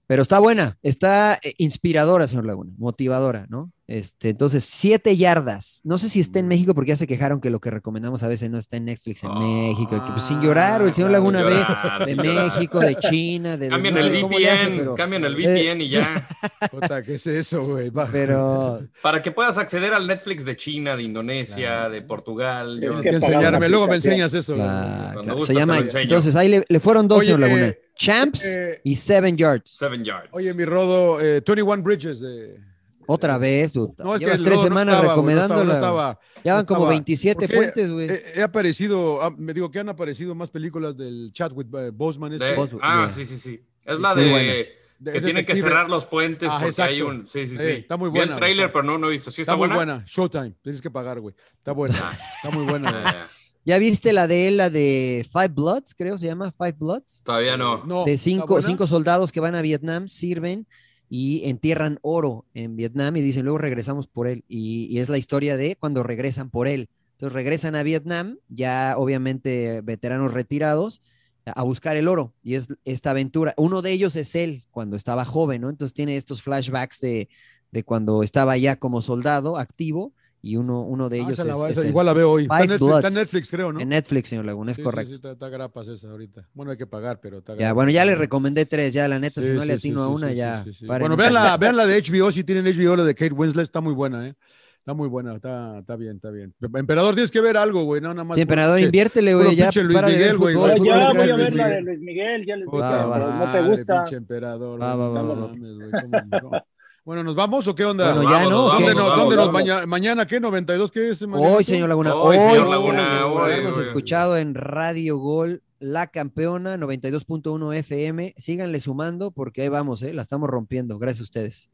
Pero está buena, está eh, inspiradora, señor Laguna, motivadora, ¿no? Este, entonces, siete yardas. No sé si está
Mm.
en México porque ya se quejaron que lo que recomendamos a veces no está en Netflix en México. y que, pues, sin llorar, o el
Ah,
señor
sin
Laguna ve
Ah, llorar,
de
sin llorar.
México, de China, de... de-
Cambian
no sé
el
cómo le hacen,
VPN,
pero-
cambian el
eh,
VPN y ya.
Puta, ¿qué es eso, güey? Va.
Pero
Para que puedas acceder al Netflix de China, de Indonesia, de Portugal. yo-
Tienes que enseñarme, luego me enseñas eso. güey.
Ah,
Cuando
claro,
gusta
se
te
llama,
lo enseño.
entonces ahí le, le fueron dos,
Oye,
señor Laguna.
eh,
Champs
eh,
y Seven Yards.
Seven Yards.
Oye, mi rodo, eh, 21 Bridges de...
Otra
eh,
vez, puta.
No, es que
Llevas
el
tres
Rodo no
semanas
estaba, güey, no estaba,
recomendándola.
no
güey.
estaba,
ya
no
van como
estaba.
27
Porque
puentes,
eh,
güey.
He, he aparecido, ah, me digo que han aparecido más películas del Chadwick eh, Boseman.
De-
Este,
Bos-
ah,
de-
sí, sí, sí. Es la
muy
de
buenas.
De-
que
es
tienen que
detective.
cerrar los puentes
Ah,
porque hay
exacto.
un. Sí, sí, sí.
Sí, está muy
Vi
buena,
el trailer,
está-
pero no, no he visto. ¿Sí está, Ah.
está muy buena. Showtime. Tienes que pagar, güey. Está buena. Está muy buena. güey.
Eh,
¿Ya viste la de él, la de Five Bloods, creo se llama? Five Bloods.
todavía no.
No,
de
Oh, ¿está
cinco,
buena?
cinco soldados que van a Vietnam, sirven y entierran oro en Vietnam y dicen luego regresamos por él. Y, y es la historia de cuando regresan por él. Entonces regresan a Vietnam, ya obviamente veteranos retirados, a a buscar el oro. Y es esta aventura. Uno de ellos es él cuando estaba joven, ¿no? Entonces tiene estos flashbacks de, de cuando estaba ya como soldado activo y uno, uno de
Ah,
ellos
esa la
es,
voy a-
es él.
igual la veo hoy. Está en
Five
Netflix, está en
Bloods.
Netflix, creo, ¿no?
en Netflix, señor Laguna, es
Sí, sí,
correcto.
sí, está, está grapas esa ahorita. Bueno, hay que pagar, pero está
Ya,
grapas.
bueno, ya le recomendé tres, ya la neta,
Sí,
si no
sí,
le atino
sí,
a
sí,
una,
sí,
ya.
sí, sí.
paren.
Bueno, vean la, vean la de HBO, si tienen HBO, la de Kate Winslet, está muy buena, ¿eh? Está muy buena, está, está bien, está bien. Emperador, tienes que ver algo, güey, no, nada más.
Sí, emperador,
pinche-
inviértele, güey,
puro
ya.
pinche Luis
para de ver
Miguel, güey,
fútbol,
Ya,
güey,
fútbol es
ya voy a
gratis,
ver la
Miguel.
de Luis Miguel, ya les dije,
Va, va,
pero no te
Madre,
gusta.
pinche emperador,
Va,
güey,
va,
no
va, va.
mames, güey, cómo no. Bueno, ¿nos vamos o qué onda?
Bueno,
Vámonos,
ya no.
vámonos,
¿qué?
¿Dónde nos,
vámonos,
dónde nos
vámonos.
maña- mañana qué? ¿92 qué es? mañana?
Hoy, señor Laguna,
Hoy,
hoy,
señor Laguna,
gracias por
hoy,
habernos
hoy.
escuchado en Radio Gol, la campeona 92.1 FM. Síganle sumando porque ahí vamos, ¿eh? la estamos rompiendo. Gracias a ustedes.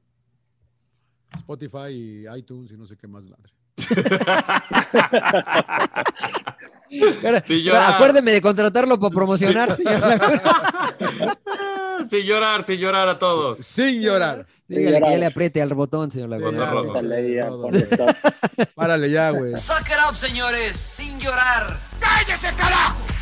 Spotify y iTunes y no sé qué más, madre.
Sí, yo-
Acuérdenme de contratarlo para promocionar, señor Laguna.
sin llorar, sin llorar a todos.
Sin llorar.
Dígale que ya le apriete al botón, señor
Con
Laguna.
Ya,
rojo.
déjale,
Dale, ya,
rodo.
ponle stop.
Párale ya, güey.
Suck it up, señores, sin llorar.
¡Cállese, carajo!